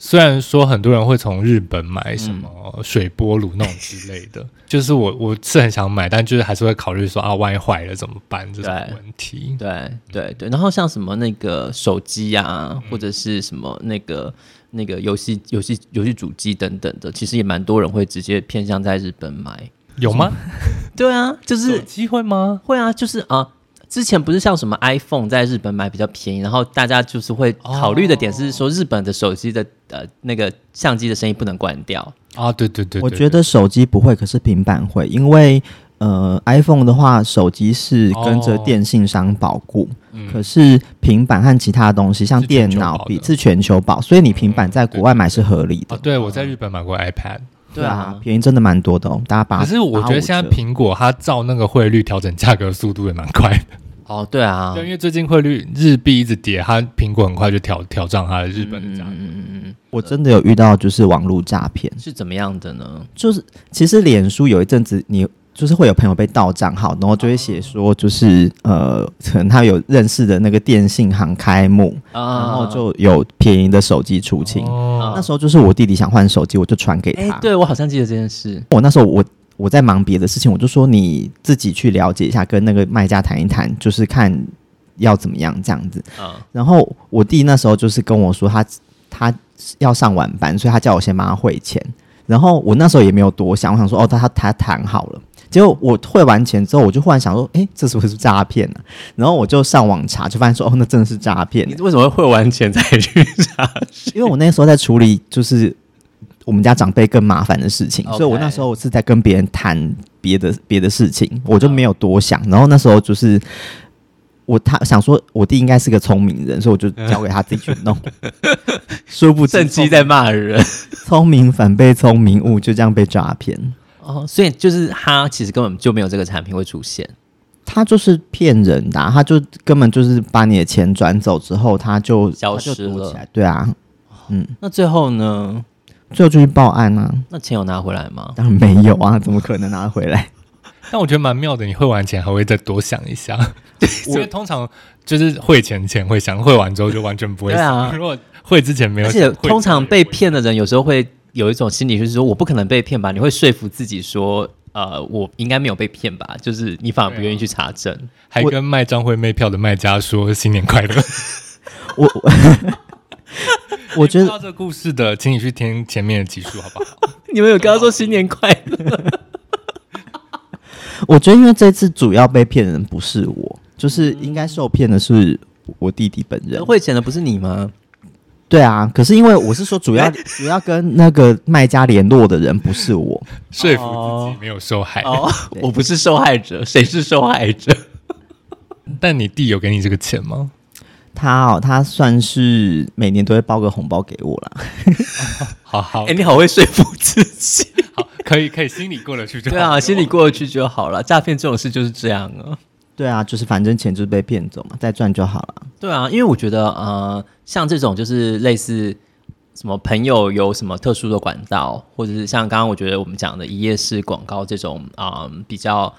[SPEAKER 3] 虽然说很多人会从日本
[SPEAKER 1] 嗯
[SPEAKER 3] 买什么水波炉那种之类的，就是我我是很想买，但就是还是会考虑说啊，万一坏了怎么办这种
[SPEAKER 1] 对
[SPEAKER 3] 问题。
[SPEAKER 1] 对对对，然后像什么那个手机啊，或者是什么那个那个游戏游戏游戏主机等等的，其实也蛮多人会直接偏向在日本买。
[SPEAKER 3] 有吗？
[SPEAKER 1] 对啊，就
[SPEAKER 3] 有
[SPEAKER 1] 是
[SPEAKER 3] 机会吗？
[SPEAKER 1] 会啊，就是啊。之前不是像什么 iPhone 在日本买比较便宜，然后大家就是会考虑的点是说日本的手机的呃那个相机的声音不能关掉，
[SPEAKER 3] 啊，对对对对
[SPEAKER 2] 我觉得手机不会，可是平板会，因为呃，iPhone 的话，手机是跟着
[SPEAKER 3] 哦
[SPEAKER 2] 电信商保固，
[SPEAKER 3] 嗯
[SPEAKER 2] 可是平板和其他东西，像
[SPEAKER 3] 是全
[SPEAKER 2] 电
[SPEAKER 3] 球
[SPEAKER 2] 脑
[SPEAKER 3] 保
[SPEAKER 2] 比
[SPEAKER 3] 的嗯
[SPEAKER 2] 是全球保，所以你平板在国外买是合理
[SPEAKER 3] 啊，
[SPEAKER 2] 的。
[SPEAKER 3] 对我在日本买过 iPad，
[SPEAKER 1] 对啊
[SPEAKER 2] 便宜真的蛮多的哦，大家把
[SPEAKER 3] 可是我觉得现在苹果它照那个汇率调整价格速度也蛮快的，
[SPEAKER 1] 哦，对啊，
[SPEAKER 3] 对，因为最近汇率日币一直跌，它苹果很快就调调涨它的日本的价格。
[SPEAKER 2] 我真的有遇到就是网络诈骗，
[SPEAKER 1] 是怎么样的呢？
[SPEAKER 2] 就是其实脸书有一阵子你。就是会有朋友被盗账号，然后就会写说，就是呃，可能他有认识的那个电信行开幕，
[SPEAKER 1] 啊
[SPEAKER 2] 然后就有便宜的手机出清。
[SPEAKER 3] 哦，
[SPEAKER 2] 那时候就是我弟弟想换手机，我就传给
[SPEAKER 1] 嗯哎、
[SPEAKER 2] 他。
[SPEAKER 1] 对我好像记得这件事。
[SPEAKER 2] 我那时候我我在忙别的事情，我就说你自己去了解一下，跟那个卖家谈一谈，就是看要怎么样这样子。
[SPEAKER 1] 啊，
[SPEAKER 2] 然后我弟那时候就是跟我说他他要上晚班，所以他叫我先帮他汇钱。然后我那时候也没有多想，我想说哦，他他他谈好了。结果我汇完钱之后，我就忽然想说，哎，这是不是诈骗呢、然后我就上网查，就发现说，哦，那真的是诈骗
[SPEAKER 1] 你。为什么会汇完钱再去 查？
[SPEAKER 2] 因为我那时候在处理就是我们家长辈更麻烦的事情
[SPEAKER 1] OK
[SPEAKER 2] 所以我那时候是在跟别人谈别的别的事情，我就没有多想。然后那时候就是我他想说，我弟应该是个聪明人，所以我就交给他自己去 弄。殊不知
[SPEAKER 1] 趁机在骂人
[SPEAKER 2] 聪明反被聪明误，就这样被诈骗。
[SPEAKER 1] 哦，所以就是他其实根本就没有这个产品会出现。
[SPEAKER 2] 他就是骗人的啊、他就根本就是把你的钱转走之后，他就
[SPEAKER 1] 消失
[SPEAKER 2] 他就躲起来
[SPEAKER 1] 了
[SPEAKER 2] 对啊，
[SPEAKER 1] 那最后呢？
[SPEAKER 2] 最后就去报案啊，
[SPEAKER 1] 那钱有拿回来吗？
[SPEAKER 2] 当然没有啊，怎么可能拿回来？
[SPEAKER 3] 但我觉得蛮妙的，你汇完钱还会再多想一 下，因为通常就是汇钱前会想，汇完之后就完全不会
[SPEAKER 1] 对
[SPEAKER 3] 想。
[SPEAKER 1] 啊
[SPEAKER 3] 如果汇之前没有
[SPEAKER 1] 而
[SPEAKER 3] 想，
[SPEAKER 1] 且
[SPEAKER 3] 汇之后
[SPEAKER 1] 通常
[SPEAKER 3] 也
[SPEAKER 1] 被
[SPEAKER 3] 不会
[SPEAKER 1] 骗的人有时候会有一种心理，就是说我不可能被骗吧？你会说服自己说，呃，我应该没有被骗吧？就是你反而不愿意去查证。
[SPEAKER 3] 还跟卖张惠妹票的卖家说新年快乐。
[SPEAKER 2] 我 我我觉
[SPEAKER 3] 你不知道
[SPEAKER 2] 得
[SPEAKER 3] 这个故事的，请你去听前面的集数，好不好？
[SPEAKER 1] 你们有跟他说新年快乐？
[SPEAKER 2] 我觉得因为这次主要被骗的人不是我，就是应该受骗的是我弟弟本人。
[SPEAKER 1] 汇钱的不是你吗？
[SPEAKER 2] 对啊，可是因为我是说主要主要跟那个卖家联络的人不是我，
[SPEAKER 3] 说服自己没有受害。
[SPEAKER 1] 哦，我不是受害者，谁是受害者？
[SPEAKER 3] 但你弟有给你这个钱吗？
[SPEAKER 2] 他哦，他算是每年都会包个红包给我啦。
[SPEAKER 3] 好好
[SPEAKER 1] 哎、你好会说服自己。
[SPEAKER 3] 好，可以可以，心里过得去就 好。
[SPEAKER 1] 对啊，心里过得去就好了。诈骗这种事就是这样啊。
[SPEAKER 2] 对啊，就是反正钱就是被骗走嘛，再赚就好了。
[SPEAKER 1] 对啊，因为我觉得呃，像这种就是类似什么朋友有什么特殊的管道，或者是像刚刚我觉得我们讲的一页式广告这种啊、嗯比较。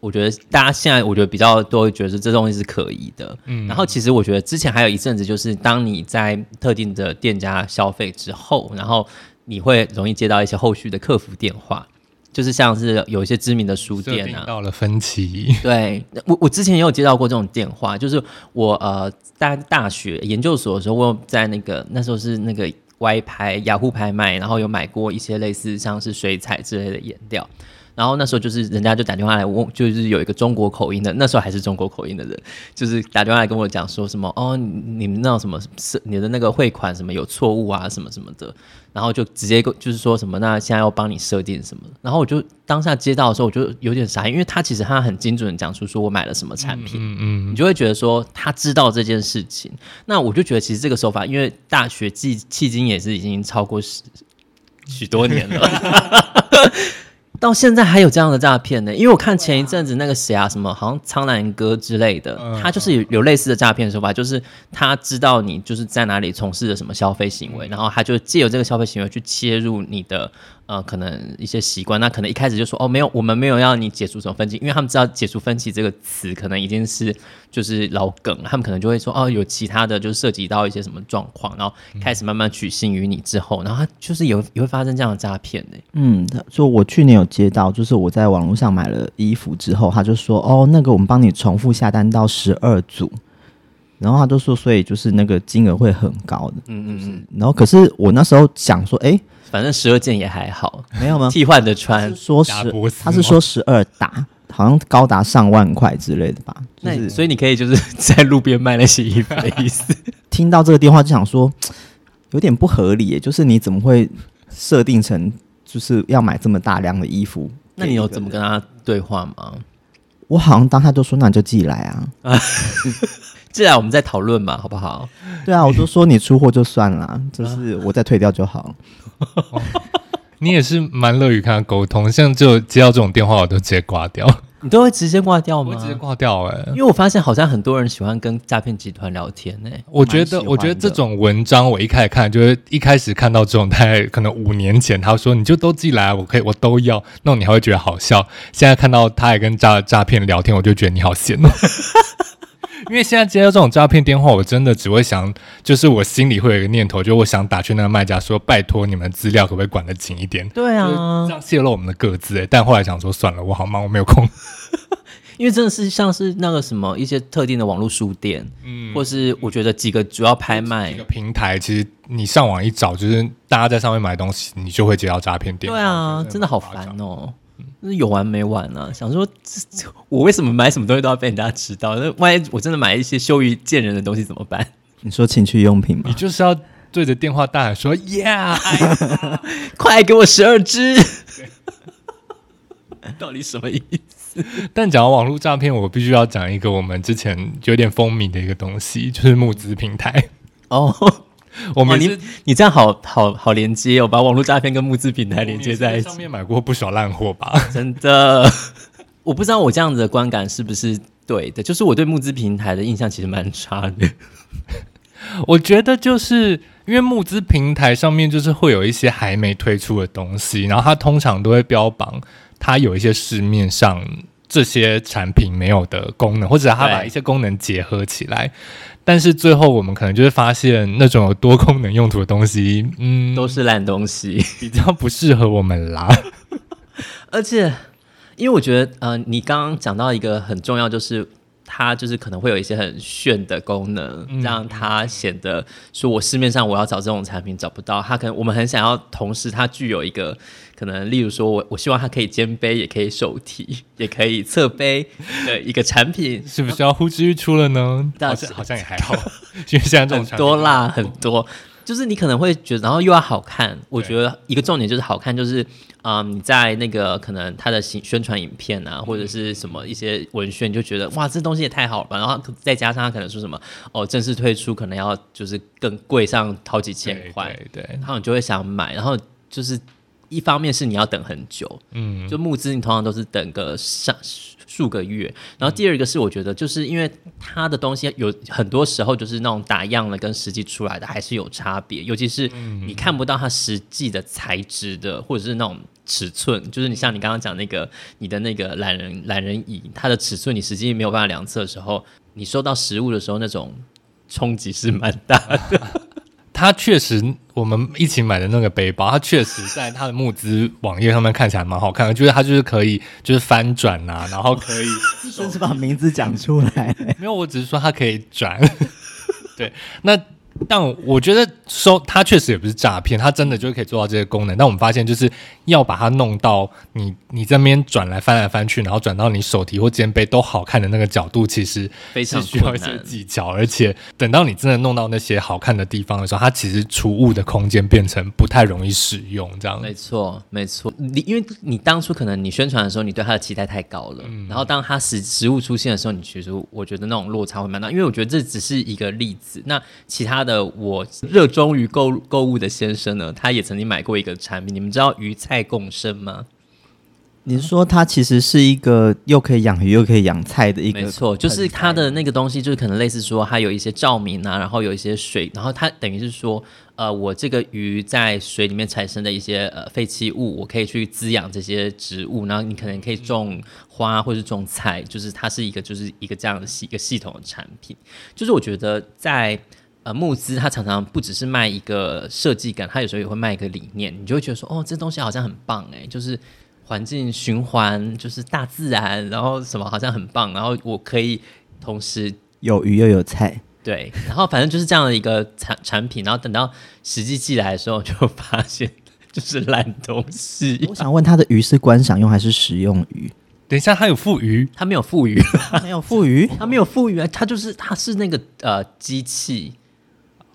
[SPEAKER 1] 我觉得大家现在，我觉得比较多会觉得这东西是可疑的。嗯，然后其实我觉得之前还有一阵子，就是当你在特定的店家消费之后，然后你会容易接到一些后续的客服电话，就是像是有一些知名的书
[SPEAKER 3] 设
[SPEAKER 1] 店啊
[SPEAKER 3] 定，到了分歧，
[SPEAKER 1] 对我，我之前也有接到过这种电话，就是我呃，大大学研究所的时候，我有在那个那时候是那个 Y 拍雅虎拍卖，然后有买过一些类似像是水彩之类的颜料。然后那时候就是人家就打电话来问，就是有一个中国口音的，那时候还是中国口音的人，就是打电话来跟我讲说什么哦，你你们那种什么是你的那个汇款什么有错误啊，什么什么的，然后就直接跟就是说什么那现在要帮你设定什么的，然后我就当下接到的时候我就有点傻眼，因为他其实他很精准的讲出说我买了什么产品，
[SPEAKER 3] 嗯嗯。
[SPEAKER 1] 你就会觉得说他知道这件事情。那我就觉得其实这个手法，因为大学至迄今也是已经超过十许多年了， 到现在还有这样的诈骗呢。因为我看前一阵子那个谁啊，什么好像苍兰哥之类的，
[SPEAKER 3] 嗯
[SPEAKER 1] 他就是有有类似的诈骗手法，就是他知道你就是在哪里从事了什么消费行
[SPEAKER 3] 嗯
[SPEAKER 1] 为，然后他就借由这个消费行为去切入你的呃可能一些习惯。那可能一开始就说哦没有，我们没有要你解除什么分歧，因为他们知道解除分歧这个词可能已经是就是老梗，他们可能就会说哦有其他的就是涉及到一些什么状况，然后开始慢慢取信于你之后，然后他就是有也会发生这样的诈骗欸呢、
[SPEAKER 2] 嗯，他说我去年有接到，就是我在网络上买了衣服之后，他就说哦，那个我们帮你重复下单到十二组，然后他就说，所以就是那个金额会很高的。
[SPEAKER 1] 嗯嗯嗯，
[SPEAKER 2] 然后可是我那时候想说，哎，
[SPEAKER 1] 反正十二件也还好，
[SPEAKER 2] 没有 吗？
[SPEAKER 1] 替换着
[SPEAKER 2] 他
[SPEAKER 1] 穿
[SPEAKER 2] 是。说
[SPEAKER 3] 达波
[SPEAKER 2] 十
[SPEAKER 3] 斯，
[SPEAKER 2] 他是说十二打，好像高达上万块之类的吧。就
[SPEAKER 1] 那你
[SPEAKER 2] 是
[SPEAKER 1] 所以你可以就是在路边卖那些衣服的意思，
[SPEAKER 2] 听到这个电话就想说，有点不合理耶，就是你怎么会设定成就是要买这么大量的衣服？
[SPEAKER 1] 那你有怎么？跟他对话吗？
[SPEAKER 2] 我好像当下就说，那你就寄来啊。
[SPEAKER 1] 既然我们在讨论嘛，好不好？
[SPEAKER 2] 对啊，我就说你出货就算啦，就是我再退掉就好。
[SPEAKER 3] 你也是蛮乐于跟他沟通，像就接到这种电话，我都直接挂掉，
[SPEAKER 1] 你都会直接挂掉
[SPEAKER 3] 我会
[SPEAKER 1] 吗
[SPEAKER 3] 直？接挂掉哎、
[SPEAKER 1] 因为我发现好像很多人喜欢跟诈骗集团聊天欸呢、
[SPEAKER 3] 我觉
[SPEAKER 2] 蛮喜
[SPEAKER 3] 得，
[SPEAKER 2] 欢的
[SPEAKER 3] 我觉得这种文章，我一开始看，就是一开始看到这种，大概可能五年前，他说你就都寄来啊，我可以，我都要，那种你还会觉得好笑。现在看到他还跟诈诈骗聊天，我就觉得你好闲哦。 因为现在接到这种诈骗电话，我真的只会想，就是我心里会有一个念头，就我想打去那个卖家说，拜托你们资料可不可以管得紧一点，
[SPEAKER 1] 对
[SPEAKER 3] 就是
[SPEAKER 1] 啊
[SPEAKER 3] 这，样泄露我们的个资、欸。但后来想说，算了，我好忙，我没有空。
[SPEAKER 1] 因为真的是像是那个什么一些特定的网络书店，
[SPEAKER 3] 嗯
[SPEAKER 1] 或是我觉得几个主要拍卖
[SPEAKER 3] 一个，平台，其实你上网一找，就是大家在上面买东西，你就会接到诈骗电话。
[SPEAKER 1] 对啊
[SPEAKER 3] 我觉，得
[SPEAKER 1] 真的好
[SPEAKER 3] 蛮夸
[SPEAKER 1] 烦
[SPEAKER 3] 张。
[SPEAKER 1] 哦。就是有完没完啊？想说， 这这我为什么买什么东西都要被人家知道？那万一我真的买一些羞于见人的东西怎么办？
[SPEAKER 2] 你说情趣用品吗
[SPEAKER 3] 你？就是要对着电话大喊说 “Yeah”，哎
[SPEAKER 1] 快给我十二只！到底什么意思？
[SPEAKER 3] 但讲到网络诈骗，我必须要讲一个我们之前有点风靡的一个东西，就是募资平台。
[SPEAKER 1] 哦，
[SPEAKER 3] 我
[SPEAKER 1] 哇，
[SPEAKER 3] 们是
[SPEAKER 1] 你你这样好好好连接哦，把网络诈骗跟募资平台连接在一
[SPEAKER 3] 上
[SPEAKER 1] 起，
[SPEAKER 3] 面买过不少烂货吧？
[SPEAKER 1] 真的， 我不知道我这样子的观感是不是对的，就是我对募资平台的印象其实蛮差的。
[SPEAKER 3] 我觉得就是因为募资平台上面就是会有一些还没推出的东西，然后它通常都会标榜它有一些市面上这些产品没有的功能，或者它把
[SPEAKER 1] 对
[SPEAKER 3] 一些功能结合起来。但是最后我们可能就会发现，那种有多功能用途的东西，嗯，
[SPEAKER 1] 都是烂东西，
[SPEAKER 3] 比较不适合我们啦。，
[SPEAKER 1] 而且因为我觉得，呃，你刚刚讲到一个很重要，就是它就是可能会有一些很炫的功能，让它显得说我市面上我要找这种产品找不到，它可能我们很想要，同时它具有一个可能，例如说我我希望它可以肩背，也可以手提，也可以侧背的一个产品
[SPEAKER 3] 是不是要呼之欲出了呢？
[SPEAKER 1] 那
[SPEAKER 3] 好
[SPEAKER 1] 是
[SPEAKER 3] 像好像也还好， 因为现在这种
[SPEAKER 1] 很
[SPEAKER 3] 产品
[SPEAKER 1] 多啦，很多。就是你可能会觉得，然后又要好看。我
[SPEAKER 3] 对
[SPEAKER 1] 觉得一个重点就是好看，就是啊、嗯你在那个可能它的行宣传影片啊，
[SPEAKER 3] 嗯
[SPEAKER 1] 或者是什么一些文宣，你就觉得哇，这东西也太好了吧。然后再加上它可能说什么哦，正式推出可能要就是更贵上好几千
[SPEAKER 3] 对
[SPEAKER 1] 块，
[SPEAKER 3] 对对，
[SPEAKER 1] 然后你就会想买。然后就是一方面是你要等很久，
[SPEAKER 3] 嗯，
[SPEAKER 1] 就募资，你通常都是等个上数个月。然后第二个是，我觉得就是因为它的东西有很多时候就是那种打样了跟实际出来的还是有差别，尤其是你看不到它实际的材质的，或者是那种尺寸，就是你像你刚刚讲那个你的那个懒人懒人椅，它的尺寸你实际没有办法量测的时候，你收到实物的时候那种冲击是蛮大的。
[SPEAKER 3] 它确实，我们一起买的那个背包，它确实在它的募资网页上面看起来蛮好看的，就是它就是可以就是翻转呐、然后可以
[SPEAKER 2] 甚至把名字讲出来。
[SPEAKER 3] 没有，我只是说它可以转， 对，那。但我觉得收它确实也不是诈骗，它真的就可以做到这些功能。但我们发现就是要把它弄到你你这边转来翻来翻去，然后转到你手提或肩背都好看的那个角度，其实
[SPEAKER 1] 非常
[SPEAKER 3] 是需要
[SPEAKER 1] 困
[SPEAKER 3] 一些
[SPEAKER 1] 难
[SPEAKER 3] 技巧，而且等到你真的弄到那些好看的地方的时候，它其实储物的空间变成不太容易使用，这样
[SPEAKER 1] 没错，没错。你因为你当初可能你宣传的时候，你对它的期待太高了，然后当它实实物出现的时候，你其实我觉得那种落差会蛮大。因为我觉得这只是一个例子，那其他的我热衷于购入购物的先生呢，他也曾经买过一个产品，你们知道鱼菜共生吗？
[SPEAKER 2] 你是说它其实是一个又可以养鱼又可以养菜的一个，
[SPEAKER 1] 没错，就是它的那个东西，就是可能类似说，它有一些照明啊，然后有一些水，然后它等于是说，呃，我这个鱼在水里面产生的一些呃废弃物，我可以去滋养这些植物，然后你可能
[SPEAKER 2] 嗯
[SPEAKER 1] 可以种花或是种菜，就是它是一个就是一个这样的系一个系统的产品。就是我觉得在呃募资，它常常不只是卖一个设计感，它有时候也会卖一个理念，你就会觉得说，哦，这东西好像很棒哎，就是环境循环，就是大自然，然后什么好像很棒，然后我可以同时
[SPEAKER 2] 有鱼又有菜。
[SPEAKER 1] 对，然后反正就是这样的一个产产品，然后等到实际寄来的时候，就发现就是烂东西
[SPEAKER 2] 我，想问，它的鱼是观赏用还是食用鱼？
[SPEAKER 3] 等一下，它有富余，
[SPEAKER 1] 它没有富余。
[SPEAKER 2] 它没有富鱼，
[SPEAKER 1] 它没有富余啊，它就是它是那个呃机器，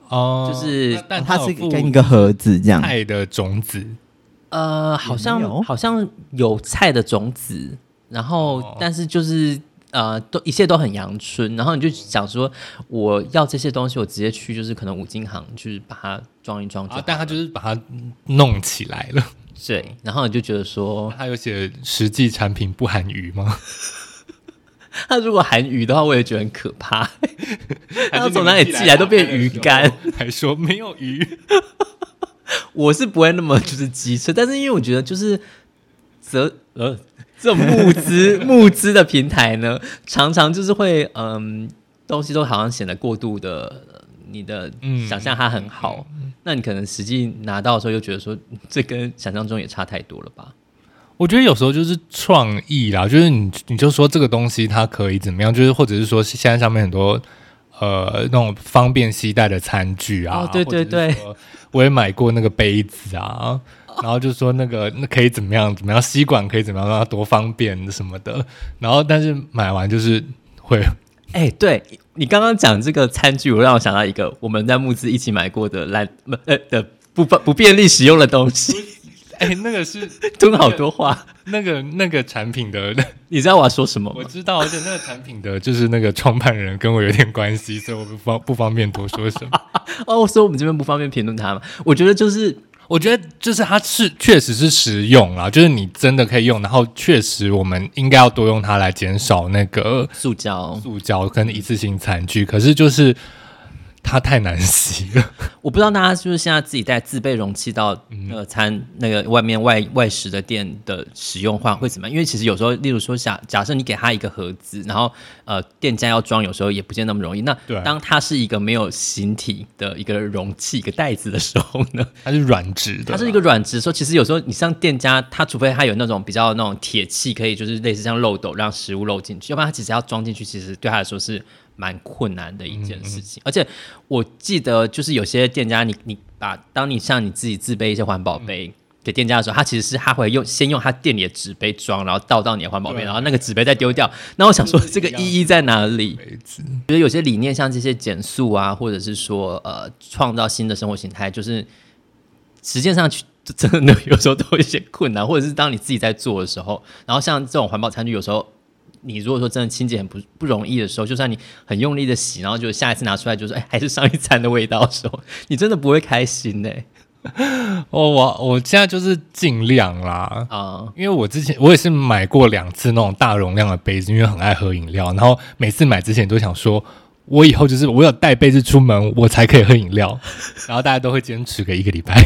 [SPEAKER 3] 哦
[SPEAKER 1] 就是
[SPEAKER 3] 但
[SPEAKER 2] 它
[SPEAKER 3] 有
[SPEAKER 2] 是
[SPEAKER 3] 附
[SPEAKER 2] 给你一个盒子这样。
[SPEAKER 3] 菜的种子，
[SPEAKER 1] 呃，好
[SPEAKER 2] 也没有
[SPEAKER 1] 像好像有菜的种子，然后、
[SPEAKER 3] 哦
[SPEAKER 1] 但是就是呃，都一切都很阳春，然后你就想说，我要这些东西，我直接去就是可能五金行去把它装一装就好
[SPEAKER 3] 啊
[SPEAKER 1] 了、，
[SPEAKER 3] 但它就是把它弄起来了。
[SPEAKER 1] 对，然后你就觉得说，
[SPEAKER 3] 哦他有写实际产品不含鱼吗？
[SPEAKER 1] 他如果含鱼的话，我也觉得很可怕。
[SPEAKER 3] 还是
[SPEAKER 1] 他从哪里寄来都变鱼干？
[SPEAKER 3] 还说没有鱼，
[SPEAKER 1] 我是不会那么 就是机车，但是因为我觉得就是责呃这种募资 募资的平台呢，常常就是会嗯东西都好像显得过度的，呃你的
[SPEAKER 3] 嗯
[SPEAKER 1] 想象它很好，那你可能实际拿到的时候又觉得说嗯这跟想象中也差太多了吧？
[SPEAKER 3] 我觉得有时候就是创意啦，就是你你就说这个东西它可以怎么样，就是或者是说现在上面很多呃那种方便携带的餐具啊，
[SPEAKER 1] 哦对对对
[SPEAKER 3] 或者是说，我也买过那个杯子啊，然后就说那个那可以怎么样怎么样，吸管可以怎么样让它多方便什么的，然后但是买完就是会
[SPEAKER 1] 哎、对你刚刚讲这个餐具，我让我想到一个我们在募资一起买过的烂不呃的不方不便利使用的东西，
[SPEAKER 3] 哎、那个是
[SPEAKER 1] 吞好多话。
[SPEAKER 3] 那个那个产品的，
[SPEAKER 1] 你知道我要说什么吗
[SPEAKER 3] 我？知道，而且那个产品的 就是那个创办人跟我有点关系，所以我不方不方便多说什么。
[SPEAKER 1] 哦，所以我们这边不方便评论他嘛。我觉得就是
[SPEAKER 3] 我觉得就是它是确实是实用啦，就是你真的可以用，然后确实我们应该要多用它来减少那个
[SPEAKER 1] 塑胶，
[SPEAKER 3] 塑胶跟一次性餐具。可是就是它太难洗了，
[SPEAKER 1] 我不知道大家是不是现在自己带自备容器到那个餐、那个外面外外食的店的使用话会怎么样？因为其实有时候，例如说假假设你给他一个盒子，然后呃店家要装，有时候也不见那么容易。那
[SPEAKER 3] 对
[SPEAKER 1] 当它是一个没有形体的一个容器、一个袋子的时候呢？
[SPEAKER 3] 它是软质的，
[SPEAKER 1] 它是一个软质，说其实有时候你像店家，它除非它有那种比较那种铁器，可以就是类似像漏斗让食物漏进去，要不然它其实要装进去，其实对他来说是蛮困难的一
[SPEAKER 3] 嗯
[SPEAKER 1] 件事情。而且我记得就是有些店家你，你把当你像你自己自备一些环
[SPEAKER 3] 嗯
[SPEAKER 1] 保杯。给店家的时候，他其实是他会用先用他店里的纸杯装，然后倒到你的环保杯，
[SPEAKER 3] 对啊
[SPEAKER 1] 然后那个纸杯再丢掉。那我想说，这个意义在哪里？
[SPEAKER 3] 杯子。
[SPEAKER 1] 觉得有些理念，像这些减速啊，或者是说呃，创造新的生活形态，就是实践上去真的有时候都有一些困难，或者是当你自己在做的时候，然后像这种环保餐具，有时候你如果说真的清洁很不不容易的时候，就算你很用力的洗，然后就下一次拿出来就是哎，还是上一餐的味道的时候，你真的不会开心哎呢、
[SPEAKER 3] 哦，我我现在就是尽量啦，
[SPEAKER 1] 啊、
[SPEAKER 3] 因为我之前我也是买过两次那种大容量的杯子，因为很爱喝饮料，然后每次买之前都想说，我以后就是我有带杯子出门，我才可以喝饮料， 然后大家都会坚持个一个礼拜。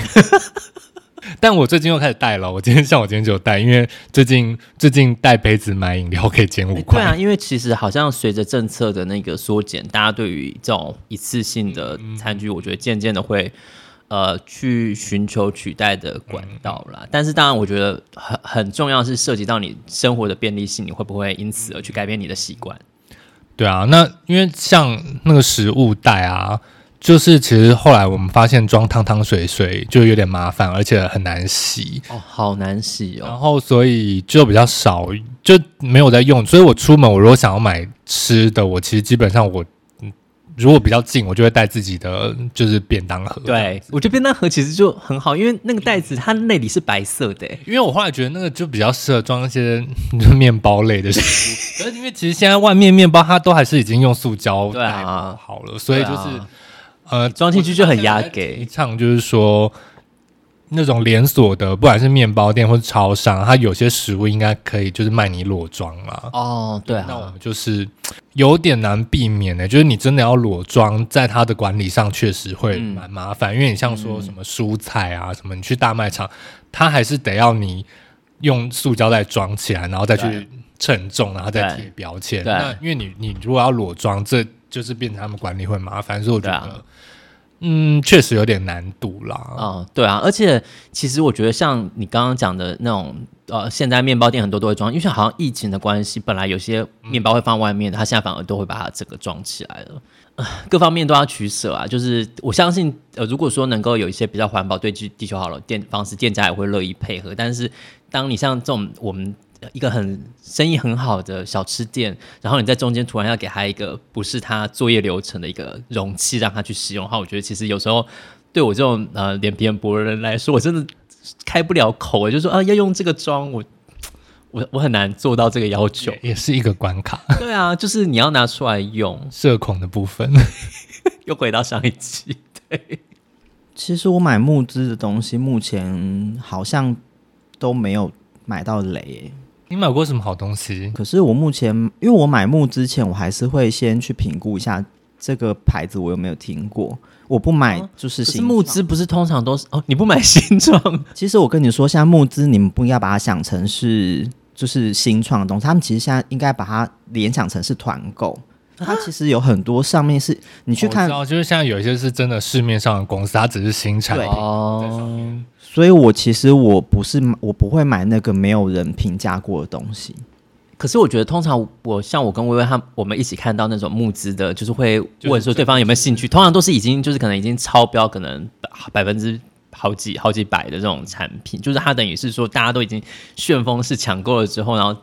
[SPEAKER 3] 但我最近又开始带了，我今天像我今天就有带，因为最近最近带杯子买饮料可以减五
[SPEAKER 1] 哎
[SPEAKER 3] 块，
[SPEAKER 1] 对啊，因为其实好像随着政策的那个缩减，大家对于这种一次性的餐具，我觉得渐渐的会呃去寻求取代的管道啦。但是当然，我觉得很很重要是涉及到你生活的便利性，你会不会因此而去改变你的习惯？
[SPEAKER 3] 对啊，那因为像那个食物袋啊，就是其实后来我们发现装汤汤水水就有点麻烦，而且很难洗。
[SPEAKER 1] 哦，好难洗
[SPEAKER 3] 然
[SPEAKER 1] 哦。
[SPEAKER 3] 后所以就比较少，就没有在用。所以我出门，我如果想要买吃的，我其实基本上我嗯如果比较近，我就会带自己的就是便当盒。，
[SPEAKER 1] 对，我觉得便当盒其实就很好，因为那个袋子它内里是白色的、欸
[SPEAKER 3] 因为我后来觉得那个就比较适合装一些就是面包类的 食物，啊可是因为其实现在外面面包它都还是已经用塑胶
[SPEAKER 1] 对
[SPEAKER 3] 袋
[SPEAKER 1] 啊
[SPEAKER 3] 好了，所以就是、
[SPEAKER 1] 对啊
[SPEAKER 3] 呃
[SPEAKER 1] 装进去就很压
[SPEAKER 3] 一
[SPEAKER 1] 给。
[SPEAKER 3] 唱就是说，那种连锁的，不管是面包店或是超商，它有些食物应该可以就是卖你裸装啦。
[SPEAKER 1] 哦，对
[SPEAKER 3] 那我
[SPEAKER 1] 啊
[SPEAKER 3] 们，就是有点难避免的、就是你真的要裸装，在它的管理上确实会
[SPEAKER 1] 嗯
[SPEAKER 3] 蛮麻烦，因为你像说什么蔬菜啊，什么你去大卖场，它还是得要你用塑胶袋装起来，然后再
[SPEAKER 1] 对
[SPEAKER 3] 去称重，然后再
[SPEAKER 1] 对
[SPEAKER 3] 贴标签。
[SPEAKER 1] 对
[SPEAKER 3] 那因为你你如果要裸装，这就是变成他们管理会麻烦，所以我觉得，
[SPEAKER 1] 对啊
[SPEAKER 3] 嗯，确实有点难度啦。
[SPEAKER 1] 哦，对啊，而且其实我觉得像你刚刚讲的那种，呃，现在面包店很多都会装，因为好像疫情的关系，本来有些面包会放外面，它现在反而都会把它整个装起来了。 啊各方面都要取舍啊，就是我相信，呃，如果说能够有一些比较环保、对地地球好的店方式，店家也会乐意配合。但是，当你像这种我们呃一个很生意很好的小吃店，然后你在中间突然要给他一个不是他作业流程的一个容器让他去使用的话，我觉得其实有时候对我这种呃脸皮很薄的人来说，我真的开不了口，我就说啊要用这个装，我我我很难做到这个要求。
[SPEAKER 3] 也是一个关卡，
[SPEAKER 1] 对啊，就是你要拿出来用，
[SPEAKER 3] 社恐的部分。
[SPEAKER 1] 又回到上一集。
[SPEAKER 2] 其实我买木资的东西，目前好像都没有买到雷耶。
[SPEAKER 3] 你买过什么好东西？
[SPEAKER 2] 可是我目前，因为我买木之前，我还是会先去评估一下这个牌子我有没有听过。我不
[SPEAKER 3] 哦
[SPEAKER 2] 买就是
[SPEAKER 1] 可是
[SPEAKER 2] 新
[SPEAKER 1] 募
[SPEAKER 2] 创
[SPEAKER 1] 资不是通常都是哦，你不买新创，
[SPEAKER 2] 其实我跟你说，现在募资你们不应该把它想成是就是新创的东西，他们其实现在应该把它联想成是团购。它其实有很多上面是你去
[SPEAKER 3] 啊我
[SPEAKER 2] 看
[SPEAKER 3] 知，道，就是像有一些是真的市面上的公司，它只是新产
[SPEAKER 2] 对
[SPEAKER 3] 品。
[SPEAKER 1] 哦，
[SPEAKER 2] 所以我其实我不是我不会买那个没有人评价过的东西。
[SPEAKER 1] 可是我觉得，通常我像我跟薇薇他我们一起看到那种募资的，就是会问说对方有没有兴趣，通常都是已经就是可能已经超标，可能百百分之好几好几百的这种产品，就是它等于是说大家都已经旋风式抢购了之后，然后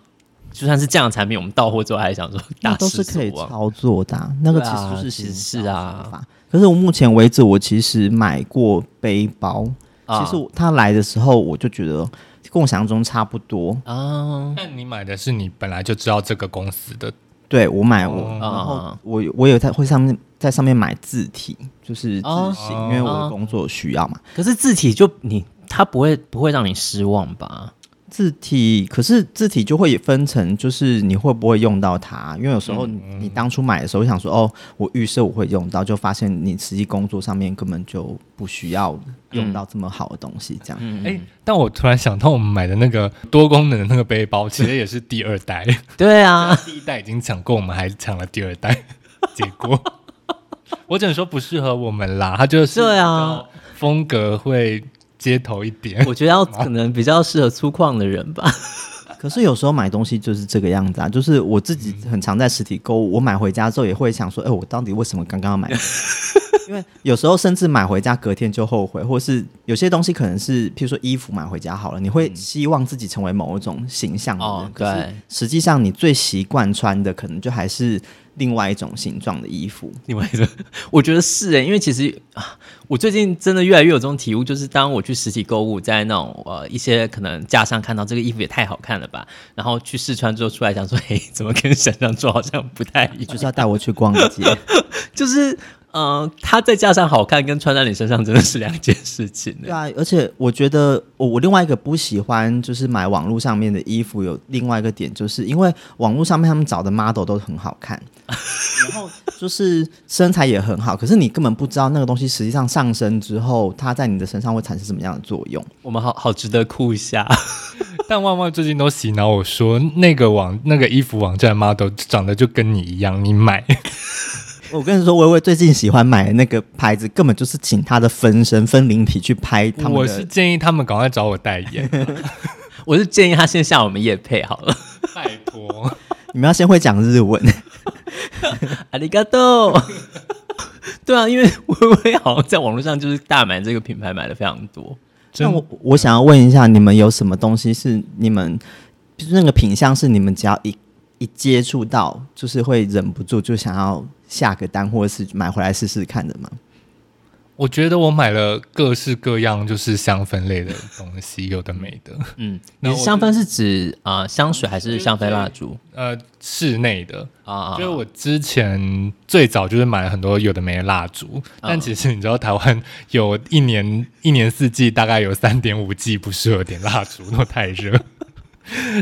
[SPEAKER 1] 就算是这样的产品，我们到货之后还想说
[SPEAKER 2] 那
[SPEAKER 1] 大
[SPEAKER 2] 都
[SPEAKER 1] 失
[SPEAKER 2] 是可以
[SPEAKER 1] 所望。
[SPEAKER 2] 操作的啊、那个
[SPEAKER 1] 对
[SPEAKER 2] 其
[SPEAKER 1] 啊
[SPEAKER 2] 实就是
[SPEAKER 1] 其实
[SPEAKER 2] 行
[SPEAKER 1] 是
[SPEAKER 2] 销
[SPEAKER 1] 啊
[SPEAKER 2] 手法。可是我目前为止，我其实买过背包，
[SPEAKER 1] 啊
[SPEAKER 2] 其实我它来的时候我就觉得共享中差不多。
[SPEAKER 1] 啊，
[SPEAKER 3] 但你买的是你本来就知道这个公司的，
[SPEAKER 2] 对我买我，
[SPEAKER 3] 哦
[SPEAKER 2] 然后
[SPEAKER 1] 啊
[SPEAKER 2] 我有我有在会上面在上面买字体，就是字
[SPEAKER 1] 哦
[SPEAKER 2] 型，
[SPEAKER 3] 哦
[SPEAKER 2] 因为我
[SPEAKER 1] 哦
[SPEAKER 2] 的工作需要嘛。
[SPEAKER 1] 可是字体就你它不会不会让你失望 吧？
[SPEAKER 2] 字体可是字体就会也分成，就是你会不会用到它？因为有时候你,、你当初买的时候想说，哦，我预设我会用到，就发现你实际工作上面根本就不需要用到这么好的东西，这样。
[SPEAKER 1] 嗯，
[SPEAKER 3] 哎、但我突然想到，我们买的那个多功能的那个背 包，其实也是第二代，
[SPEAKER 1] 对啊，
[SPEAKER 3] 第一代已经抢过，我们还抢了第二 代，结果我只能说不适合我们啦，它就是
[SPEAKER 1] 对啊，
[SPEAKER 3] 风格会街头一点，
[SPEAKER 1] 我觉得要可能比较适合粗犷的人吧。
[SPEAKER 2] 可是有时候买东西就是这个样子啊，就是我自己很常在实体购物，我买回家之后也会想说，哎、我到底为什么刚刚要买这个？ 因为有时候甚至买回家隔天就后悔，或是有些东西可能是，譬如说衣服买回家好了，你会希望自己成为某一种形象的人，
[SPEAKER 1] 哦
[SPEAKER 2] 可是
[SPEAKER 1] 对
[SPEAKER 2] 实际上你最习惯穿的可能就还是另外一种形状的衣服。
[SPEAKER 1] 另外一个， 我觉得是欸诶，因为其实啊我最近真的越来越有这种体悟，就是当我去实体购物，在那种呃一些可能架上看到这个衣服也太好看了吧，然后去试穿之后出来想说， 嘿，怎么跟想象中好像不太一
[SPEAKER 2] 就
[SPEAKER 1] 样？
[SPEAKER 2] 是要 带我去逛街，
[SPEAKER 1] 就是呃，它在架上好看跟穿在你身上真的是两件事情欸
[SPEAKER 2] 对
[SPEAKER 1] 诶。
[SPEAKER 2] 啊，而且我觉得我我另外一个不喜欢就是买网络上面的衣服，有另外一个点，就是因为网络上面他们找的 model 都很好看，然后就是身材也很好，可是你根本不知道那个东西实际上上身之后，它在你的身上会产生什么样的作用。
[SPEAKER 1] 我们好好值得哭一下，
[SPEAKER 3] 但万万最近都洗脑我说，那个网那个衣服网站 model 长得就跟你一样，你买
[SPEAKER 2] 我跟你说，薇薇最近喜欢买的那个牌子，根本就是请她的分身分灵体去拍他们
[SPEAKER 3] 我是
[SPEAKER 2] 的。
[SPEAKER 3] 建议他们赶快找我代言，
[SPEAKER 1] 我是建议他先下我们夜配好了。
[SPEAKER 3] 拜托。
[SPEAKER 2] 你们要先会讲日文，
[SPEAKER 1] 阿里嘎多。 对啊，因为 微微好像在网络上就是大买这个品牌买的非常多。
[SPEAKER 2] 那我我想要问一下，你们有什么东西是你们就是那个品相是你们只要一一接触到，就是会忍不住就想要下个单，或者是买回来试试看的吗？
[SPEAKER 3] 我觉得我买了各式各样就是香氛类的东西，有的没的，
[SPEAKER 1] 嗯，
[SPEAKER 3] 那
[SPEAKER 1] 你
[SPEAKER 3] 我
[SPEAKER 1] 的香氛是指啊、呃香水还是香氛蜡烛
[SPEAKER 3] 呃，室内的。
[SPEAKER 1] 啊？
[SPEAKER 3] 就是我之前最早就是买了很多有的没的蜡烛，但其实你知道台湾有一年一年四季大概有三点五季不适合点蜡烛，都太热。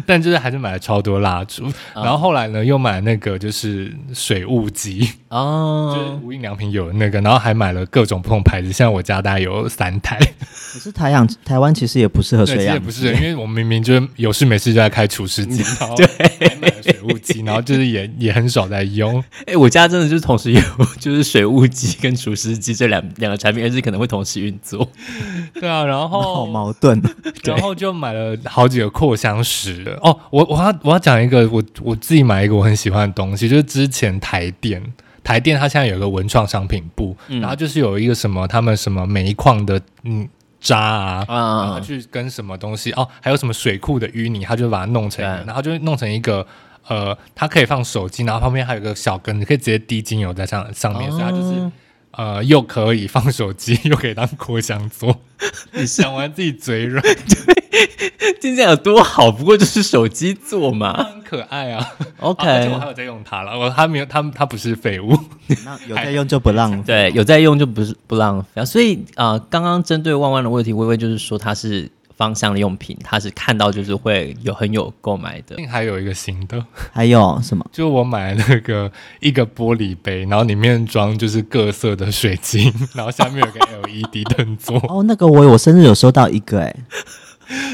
[SPEAKER 3] 但就是还是买了超多蜡烛，然后后来呢又买那个就是水雾机，就是
[SPEAKER 1] 哦，
[SPEAKER 3] 无印良品有的那个，然后还买了各种不同牌子，现在我家大概有三台。
[SPEAKER 2] 可是台阳台湾其实也不适合
[SPEAKER 3] 对，其
[SPEAKER 2] 水啊
[SPEAKER 3] 实也
[SPEAKER 2] 养
[SPEAKER 3] 不是，
[SPEAKER 2] 机
[SPEAKER 3] 因为我们明明就是有事没事就在开除湿 机，然后还买了水雾机，然后就是也也很少在 用。
[SPEAKER 1] 哎、我家真的就是同时有就是水务机跟除湿机这两两个产品，而且可能会同时运作。
[SPEAKER 3] 对啊，然
[SPEAKER 2] 好
[SPEAKER 3] 后
[SPEAKER 2] 矛盾。
[SPEAKER 3] 然后就买了好几个扩香石。哦，我我要我要讲一个我我自己买一个我很喜欢的东西，就是之前台电。台电它现在有一个文创商品部，
[SPEAKER 2] 嗯
[SPEAKER 3] 然后就是有一个什么他们什么煤矿的嗯渣啊，
[SPEAKER 1] 啊
[SPEAKER 3] 然后去跟什么东西哦，还有什么水库的淤泥，他就把它弄成一个，
[SPEAKER 1] 对
[SPEAKER 3] 然后就弄成一个呃，它可以放手机，然后旁边还有一个小跟，你可以直接滴精油在上上面，所以它就是呃又可以放手机， 又可以当扩香做。你想完自己嘴 软，
[SPEAKER 1] 听起来有多好，不过就是手机做嘛。
[SPEAKER 3] 很可爱啊。
[SPEAKER 1] OK，、
[SPEAKER 3] 啊而且我还有在用它了，我它没有，它它不是废物。
[SPEAKER 2] 那有在用就不浪费。
[SPEAKER 1] 对，有在用就不是不浪费啊。所以啊、呃刚刚针对万万的问题，微微就是说它是芳香的用品，他是看到就是会有很有购买的。
[SPEAKER 3] 还有一个新的，
[SPEAKER 2] 还有什么？
[SPEAKER 3] 就我买了那个一个玻璃杯，然后里面装就是各色的水晶，然后下面有个 LED 灯座，
[SPEAKER 2] 哦，那个我我生日有收到一个哎、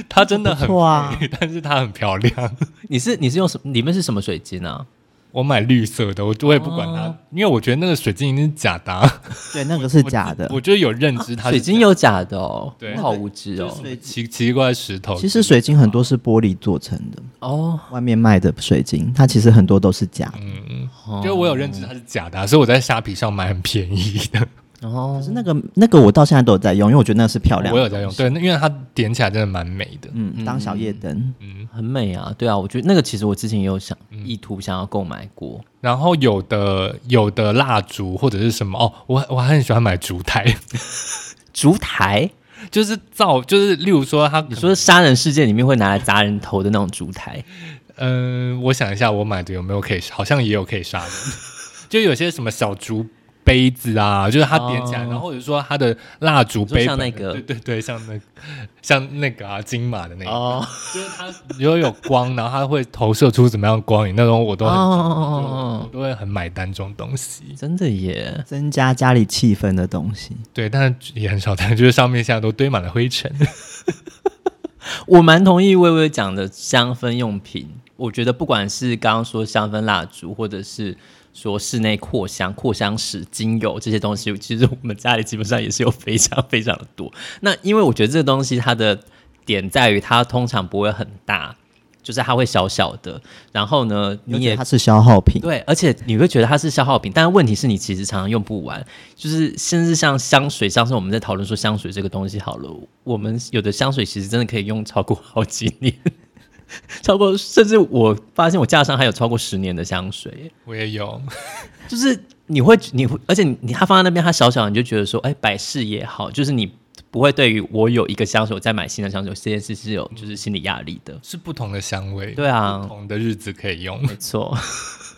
[SPEAKER 3] 它真的很
[SPEAKER 2] 不错啊
[SPEAKER 3] 贵，但是它很漂亮。
[SPEAKER 1] 你是你是用什么？里面是什么水晶啊？
[SPEAKER 3] 我买绿色的，我我也不管
[SPEAKER 2] 哦
[SPEAKER 3] 它，因为我觉得那个水晶一定是假的啊、
[SPEAKER 2] 对，那个是假的
[SPEAKER 3] 我。我觉得有认知它是
[SPEAKER 1] 水晶有假的哦，
[SPEAKER 3] 对
[SPEAKER 1] 我好无知哦。
[SPEAKER 2] 水
[SPEAKER 3] 奇奇怪的石头，
[SPEAKER 2] 其实水晶很多是玻璃做成的，
[SPEAKER 1] 哦，
[SPEAKER 2] 外面卖的水晶，它其实很多都是假的。哦
[SPEAKER 3] 就是我有认知它是假的啊、所以我在虾皮上买很便宜的，
[SPEAKER 1] 哦
[SPEAKER 2] 可，是那个那个我到现在都有在用，因为我觉得那个是漂亮
[SPEAKER 3] 我
[SPEAKER 2] 的，
[SPEAKER 3] 有在用。对，那因为它点起来真的蛮美的。
[SPEAKER 2] 嗯，当小夜灯。
[SPEAKER 1] 很美啊，对啊，我觉得那个其实我之前也有想意图想要购买过，
[SPEAKER 3] 然后有的有的蜡烛或者是什么哦，我我还很喜欢买烛台，
[SPEAKER 1] 烛台，
[SPEAKER 3] 就是造，就是例如说它，
[SPEAKER 1] 你说杀人事件里面会拿来砸人头的那种烛台，
[SPEAKER 3] 嗯、我想一下，我买的有没有可以，好像也有可以杀人， 就有些什么小竹杯子啊，就是它点起来，
[SPEAKER 1] 哦
[SPEAKER 3] 然后或者说它的蜡烛杯
[SPEAKER 1] 你说像
[SPEAKER 3] 本
[SPEAKER 1] 那个
[SPEAKER 3] 对对对，像那 像那个啊，金马的那个，
[SPEAKER 1] 哦
[SPEAKER 3] 就是它如果有光，然后它会投射出怎么样的光影，那种我都
[SPEAKER 1] 哦
[SPEAKER 3] 很、我
[SPEAKER 1] 哦哦，
[SPEAKER 3] 都会很买单这种东西。
[SPEAKER 1] 真的耶，
[SPEAKER 2] 增加家里气氛的东西，
[SPEAKER 3] 对，但是也很少，但就是上面现在都堆满了灰尘。
[SPEAKER 1] 我蛮同意微微讲的香氛用品，我觉得不管是刚刚说香氛蜡烛，或者是说室内扩香、扩香石、精油这些东西，其实我们家里基本上也是有非常非常的多。那因为我觉得这个东西它的点在于它通常不会很大，就是它会小小的，然后呢，你
[SPEAKER 2] 而且
[SPEAKER 1] 也
[SPEAKER 2] 它是消耗品，
[SPEAKER 1] 对，而且你会觉得它是消耗品，但问题是你其实常常用不完，就是甚至像香水，上次我们在讨论说香水这个东西好了，我们有的香水其实真的可以用超过好几年， 超过甚至我发现我架上还有超过十年的香水，
[SPEAKER 3] 我也有，
[SPEAKER 1] 就是你会你会，而且你你它放在那边，它小小的你就觉得说，哎，摆饰也好，就是你。不会对于我有一个香水，我再买新的香水这件事是有就是心理压力的，
[SPEAKER 3] 是不同的香味，
[SPEAKER 1] 对哦啊
[SPEAKER 3] 不同的日子可以用。
[SPEAKER 1] 没错。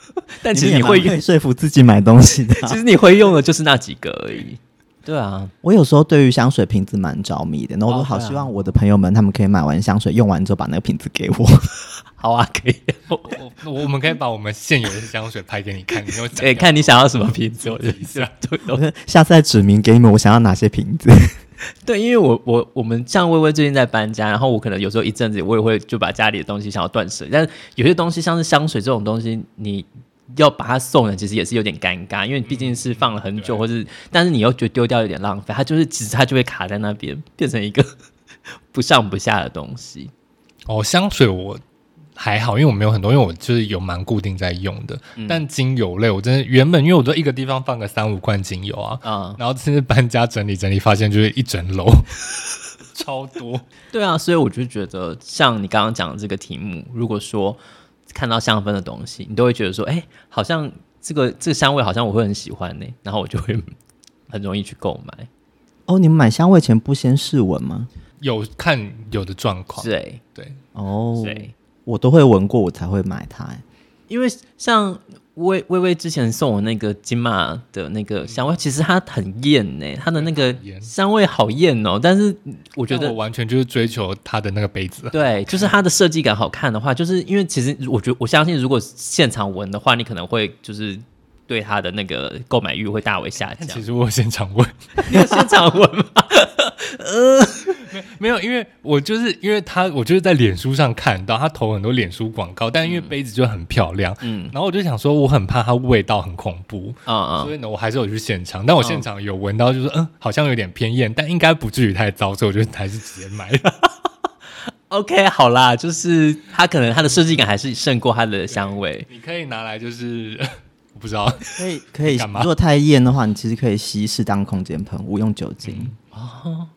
[SPEAKER 1] 但
[SPEAKER 2] 们
[SPEAKER 1] 其实
[SPEAKER 2] 也
[SPEAKER 1] 你会
[SPEAKER 2] 蛮可以说服自己买东西 的啊、
[SPEAKER 1] 其实你会用的就是那几个而已。对啊，
[SPEAKER 2] 我有时候对于香水瓶子蛮着迷的，然后我
[SPEAKER 1] 哦
[SPEAKER 2] 都好
[SPEAKER 1] 对啊
[SPEAKER 2] 希望我的朋友们他们可以买完香水用完之后把那个瓶子给 我。
[SPEAKER 1] 好啊， 可以，
[SPEAKER 3] 我我我们可以把我们现有的香水拍给你看，你有想
[SPEAKER 1] 可以
[SPEAKER 3] 要
[SPEAKER 1] 哎看你想要什么瓶子，我觉得
[SPEAKER 3] 一下。
[SPEAKER 1] 对
[SPEAKER 2] 我说下次再指明给你们我想要哪些 瓶子。
[SPEAKER 1] 对，因为我我我们像微微最近在搬家，然后我可能有时候一阵子我也会就把家里的东西想要断舍，但有些东西像是香水这种东西，你。要把它送人，其实也是有点尴尬，因为毕竟是放了很久，或是但是你又觉得丢掉有点浪费，它就是其实它就会卡在那边，变成一个 不上不下的东西。
[SPEAKER 3] 哦，香水我还好，因为我没有很多，因为我就是有蛮固定在用的。但精油类，我真的原本因为我都一个地方放个三五罐精油啊，
[SPEAKER 1] 啊
[SPEAKER 3] 然后这次搬家整理整理，发现就是一整楼超多。
[SPEAKER 1] 对啊，所以我就觉得，像你刚刚讲的这个题目，如果说看到香氛的东西，你都会觉得说，哎、好像这个这个香味好像我会很喜欢呢、然后我就会很容易去购买。
[SPEAKER 2] 哦，你们买香味前不先试闻吗？
[SPEAKER 3] 有看有的状况，
[SPEAKER 1] 对
[SPEAKER 3] 对，
[SPEAKER 2] 哦，
[SPEAKER 1] 对，
[SPEAKER 2] 我都会闻过我才会买 它、欸
[SPEAKER 1] 因为像薇薇薇之前送我那个金马的那个香味，其实它很艳呢、它的那个
[SPEAKER 3] 很艳
[SPEAKER 1] 香味好艳哦、但是我
[SPEAKER 3] 我
[SPEAKER 1] 觉得
[SPEAKER 3] 我完全就是追求它的那个 杯子。
[SPEAKER 1] 对，就是它的设计感好看的话，就是因为其实我觉得我相信，如果现场闻的话，你可能会就是对它的那个购买欲会大为下
[SPEAKER 3] 但
[SPEAKER 1] 降
[SPEAKER 3] 其。实我有现场问，
[SPEAKER 1] 你有 现场闻 吗？
[SPEAKER 3] 没有，因为我就是因为他，我就是在脸书上看到他投很多脸书广告，但因为杯子就很漂亮，嗯，然后我就想说，我很怕它味道很恐怖，
[SPEAKER 1] 啊啊、嗯
[SPEAKER 3] 所以呢，我还是有去现场，但我现场有闻到，就是嗯，好像有点偏艳，但应该不至于太糟，所以我就还是直接买 了。
[SPEAKER 1] o k 好啦，就是它可能它的设计感还是胜过它的香味。
[SPEAKER 3] 你可以拿来就是。 我不知 道，
[SPEAKER 2] 可以可以，
[SPEAKER 3] 干嘛
[SPEAKER 2] 如果太艳的话，你其实可以吸适当空间喷雾，用酒精。
[SPEAKER 1] 嗯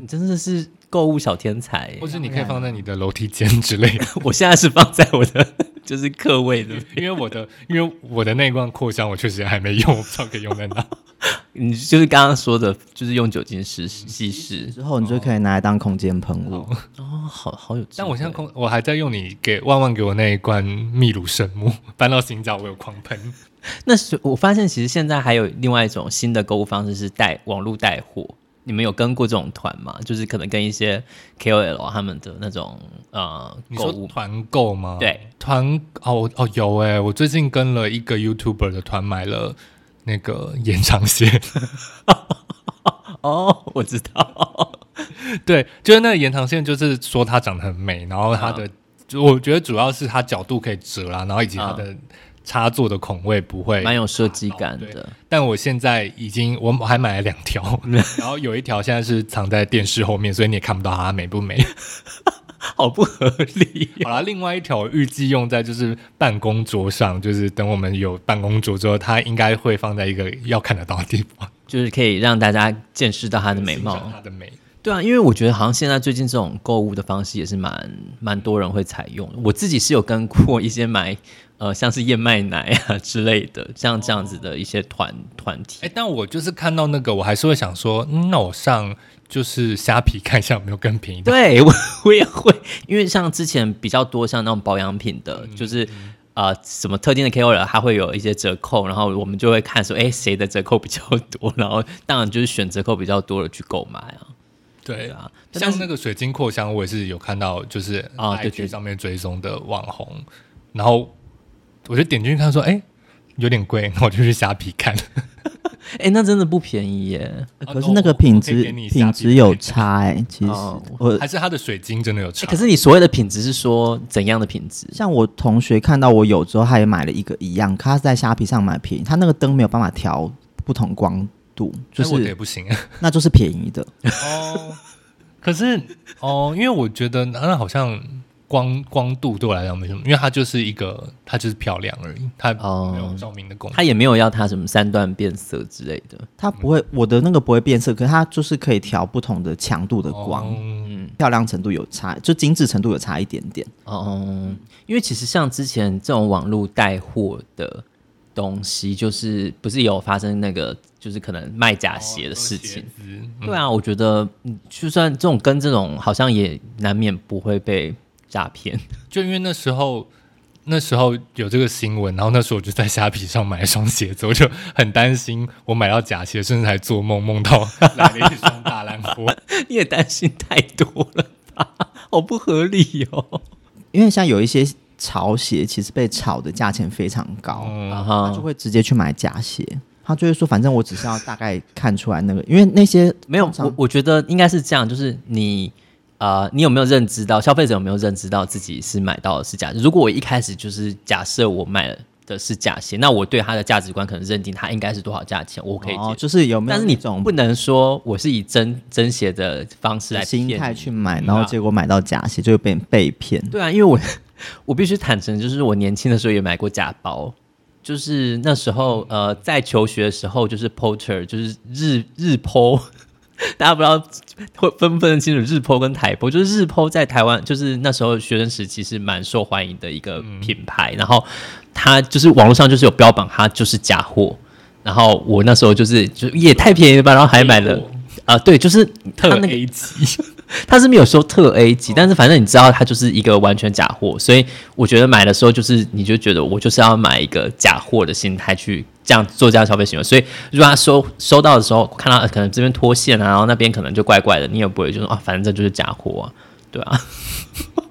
[SPEAKER 1] 你真的是购物小天才耶
[SPEAKER 3] 或！是你可以放在你的楼梯间之类 的，
[SPEAKER 1] 我现在是放在我的 就是客位的，
[SPEAKER 3] 因为我的因为我的那一罐扩香我确实还没用，我不知道可以用在 哪。
[SPEAKER 1] 你就是刚刚说的，就是用酒精湿稀 释。
[SPEAKER 2] 之后你就可以拿来当空间喷雾。
[SPEAKER 1] 哦，好好有智慧。
[SPEAKER 3] 但我现在空，我还在用你给万万给我那一罐秘鲁圣木， 搬到新家我有狂喷。
[SPEAKER 1] 那是我发现，其实现在还有另外一种新的购物方式是带网络带货，你们有跟过这种团吗？就是可能跟一些 KOL 啊他们的那种呃
[SPEAKER 3] 你
[SPEAKER 1] 购
[SPEAKER 3] 说
[SPEAKER 1] 物，
[SPEAKER 3] 团购吗？
[SPEAKER 1] 对，
[SPEAKER 3] 团哦哦有哎、我最近跟了一个 YouTuber 的团买了那个延长线，
[SPEAKER 1] 哦， 我知道，
[SPEAKER 3] 对，就是那个延长线，就是说她长得很美，然后她
[SPEAKER 1] 嗯
[SPEAKER 3] 的，就我觉得主要是她角度可以折啦，然后以及她的插座的孔位不会。
[SPEAKER 1] 嗯蛮有设计感
[SPEAKER 3] 对
[SPEAKER 1] 的。
[SPEAKER 3] 但我现在已经我还买了两 条，然后有一条现在是藏在电视后面，所以你也看不到它美 不美。
[SPEAKER 1] 好不合 理
[SPEAKER 3] 好啦，另外一条预计用在就是办公桌上，就是等我们有办公桌之后，它应该会放在一个要看得到的地方，
[SPEAKER 1] 就是可以让大家见识到它的美
[SPEAKER 3] 欣赏
[SPEAKER 1] 貌。
[SPEAKER 3] 它的美。
[SPEAKER 1] 对啊，因为我觉得好像现在最近这种购物的方式也是蛮蛮多人会采用的。我自己是有跟过一些买呃像是燕麦奶啊之类的，像这样子的一些团团体
[SPEAKER 3] 哎、。但我就是看到那个，我还是会想说，嗯，那我上就是虾皮看一下有没有更便宜 的。
[SPEAKER 1] 对我我也会，因为像之前比较多像那种保养品的，就是。啊、什么特定的 KOL 它会有一些折扣，然后我们就会看说，哎，谁的折扣比较多，然后当然就是选折扣比较多的去购买啊。
[SPEAKER 3] 对
[SPEAKER 1] 啊但
[SPEAKER 3] 像那个水晶扩香，我也是有看到，就是
[SPEAKER 1] 啊对
[SPEAKER 3] IG
[SPEAKER 1] 对
[SPEAKER 3] 上面追踪的网红，然后我就点进去看说，哎、有点贵， 我就去虾皮看。
[SPEAKER 1] 哎，那真的不便宜耶。
[SPEAKER 3] 啊
[SPEAKER 2] 可是那个品质品质有，差哎、其实
[SPEAKER 1] 哦
[SPEAKER 3] 我我可以给你虾皮的
[SPEAKER 2] 我
[SPEAKER 3] 还是它的水晶真的有差。
[SPEAKER 1] 可是你所谓的品质是说怎样的品质？
[SPEAKER 2] 像我同学看到我有之后，他也买了一个一样，他在虾皮上买便宜，他那个灯没有办法调不同光度，就
[SPEAKER 3] 哎我的也
[SPEAKER 2] 是
[SPEAKER 3] 不行
[SPEAKER 2] 那就是便宜的。
[SPEAKER 3] 哦。 可是哦，因为我觉得那那好像光光度对我来讲没什么，因为它就是一个，它就是漂亮而已，它
[SPEAKER 1] 哦
[SPEAKER 3] 没有照明的功能。
[SPEAKER 1] 他也没有要它什么三段变色之类的。
[SPEAKER 2] 它不会，我的那个不会变色，可是它就是可以调不同的强度的光，
[SPEAKER 3] 哦
[SPEAKER 2] 漂亮程度有差，就精致程度有差一点点。
[SPEAKER 1] 哦，因为其实像之前这种网络带货的东西，就是不是有发生那个就是可能卖假鞋的事情？
[SPEAKER 3] 哦鞋子嗯
[SPEAKER 1] 对啊，我觉得嗯就算这种跟这种好像也难免不会被诈骗。
[SPEAKER 3] 就因为那时候那时候有这个新闻，然后那时候我就在虾皮上买了双鞋子，我就很担心我买到假鞋，甚至还做梦梦到 来了一双大烂货。
[SPEAKER 1] 你也担心太多了吧？好不合理哦。
[SPEAKER 2] 因为像有一些潮鞋，其实被炒的价钱非常高，
[SPEAKER 1] 啊
[SPEAKER 3] 嗯，
[SPEAKER 2] 他就
[SPEAKER 1] 哈，
[SPEAKER 2] 会直接去买假鞋。他就会说，反正我只是要大概看出来那个，因为那些
[SPEAKER 1] 没有，我我觉得应该是这样，就是你。呃，你有没有认知到消费者有没有认知到自己是买到的是假？如果我一开始就是假设我买的是假鞋，那我对它的价值观可能认定它应该是多少价钱，我可以接受。
[SPEAKER 2] 哦，就是有没有
[SPEAKER 1] 但是你
[SPEAKER 2] 那种
[SPEAKER 1] 不能说我是以真真鞋的方式来骗啊
[SPEAKER 2] 心
[SPEAKER 1] 你
[SPEAKER 2] 态去买，然后结果买到假鞋就会被被骗。
[SPEAKER 1] 对啊，因为我我必须坦诚，就是我年轻的时候也买过假包，就是那时候呃在求学的时候，就是 porter 就是日日 po，大 家不知道会分不分得清楚日 po 跟台 po，就是日 po 在台湾就是那时候学生时期是蛮受欢迎的一个
[SPEAKER 3] 嗯
[SPEAKER 1] 品牌，然后它就是网络上就是有标榜它就是假货。然后我那时候就是就也太便宜了吧，然后还 买了
[SPEAKER 3] 假货
[SPEAKER 1] 啊、对，就是它
[SPEAKER 3] 特
[SPEAKER 1] 那个
[SPEAKER 3] A 级，
[SPEAKER 1] 他是没有说特 A 级，但是反正你知道它就是一个完全假货，所以我觉得买的时候就是你就觉得我就是要买一个假货的心态去这样做这样消费行为，所以如果他收收到的时候看到呃可能这边脱线啊，然后那边可能就怪怪的，你也不会就说啊，反正这就是假货啊，对啊，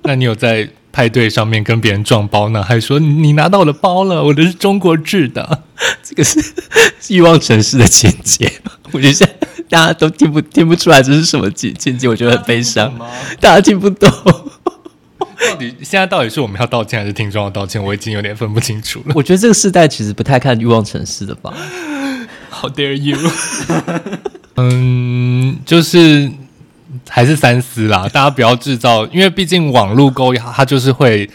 [SPEAKER 3] 那你有在派对上面跟别人撞包呢？还说你拿到我的包了，我的是中国制的。
[SPEAKER 1] 这个是是欲望城市的情节， 我觉得现在大家都听不听不出来这是什么情情节，我觉得很悲伤，大家听不懂。
[SPEAKER 3] 到底现在到底是我们要道歉还是听众要道歉？我已经有点分不清楚了。
[SPEAKER 1] 我觉得这个世代其实不太看欲望城市的吧。
[SPEAKER 3] How dare you？嗯，就是还是三思啦，大家不要制造，因为毕竟网络购物它它就是会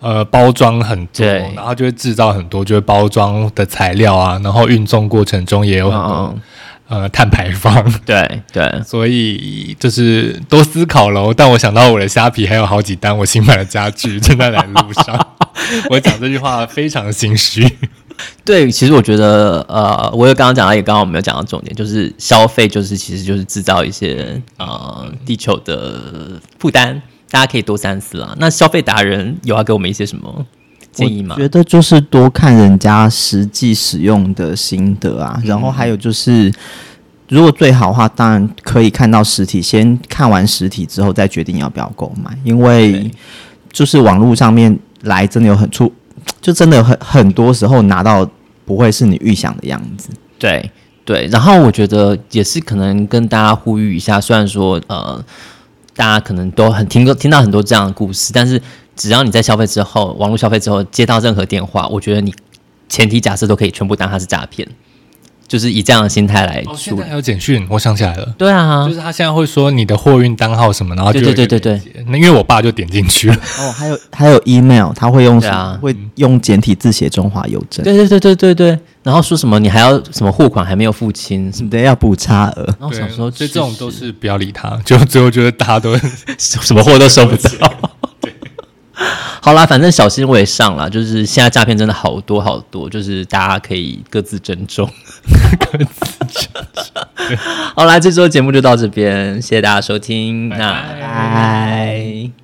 [SPEAKER 3] 呃包装很多，
[SPEAKER 1] 对
[SPEAKER 3] 然后就会制造很多，就是包装的材料啊，然后运送过程中也有很多、
[SPEAKER 1] 嗯，
[SPEAKER 3] 呃碳排放，
[SPEAKER 1] 对对。
[SPEAKER 3] 所以就是多思考喽。但我想到我的虾皮还有好几单我新买的家 具正在来路上，我讲这句话非常 心虚。
[SPEAKER 1] 哎对，其实我觉得，呃，我有刚刚讲到，也刚刚我们有讲到重点，就是消费，就是其实就是制造一些呃地球的负担，大家可以多三思啦。那消费达人有要给我们一些什么建议吗
[SPEAKER 2] 我？觉得就是
[SPEAKER 1] 嗯
[SPEAKER 2] 多看人家实际使用的心得啊，然后还有就是。如果最好的话，当然可以看到实体，先看完实体之后再决定要不要购买，因为
[SPEAKER 1] 对
[SPEAKER 2] 就是网络上面来真的有很出，就真的有很很多时候拿到不会是你预想的样子。
[SPEAKER 1] 对对，然后我觉得也是可能跟大家呼吁一下，虽然说呃，大家可能都很听过听到很多这样的故事，但是只要你在消费之后，网络消费之后接到任何电话，我觉得你前提假设都可以全部当它是诈骗，就是以这样的心态来
[SPEAKER 3] 哦，现
[SPEAKER 1] 处
[SPEAKER 3] 在
[SPEAKER 1] 理。
[SPEAKER 3] 还有简讯，我想起来了。
[SPEAKER 1] 对啊
[SPEAKER 3] 就，是他现在会说你的货运单号什么，然后就
[SPEAKER 1] 对对对对
[SPEAKER 3] 对，那因为我爸就点进去了，
[SPEAKER 2] 哦，还有还有 email，他会用、
[SPEAKER 1] 对啊
[SPEAKER 2] 会用简体字写中华邮政，
[SPEAKER 1] 对对对对对对，然后说什么你还要什么货款还没有付清，什么
[SPEAKER 2] 你得要补差额。
[SPEAKER 1] 然后
[SPEAKER 3] 嗯对
[SPEAKER 1] 哦想说
[SPEAKER 3] 所以这种都是不要理他，就最后觉得大 家都
[SPEAKER 1] 什么货都收不到。好啦，反正小新我也上了，就是现在诈骗真的好多好多，就是大家可以各自珍 重，各自珍重。好啦，这周节目就到这边，谢谢大家收听，那
[SPEAKER 3] 拜拜
[SPEAKER 1] 拜拜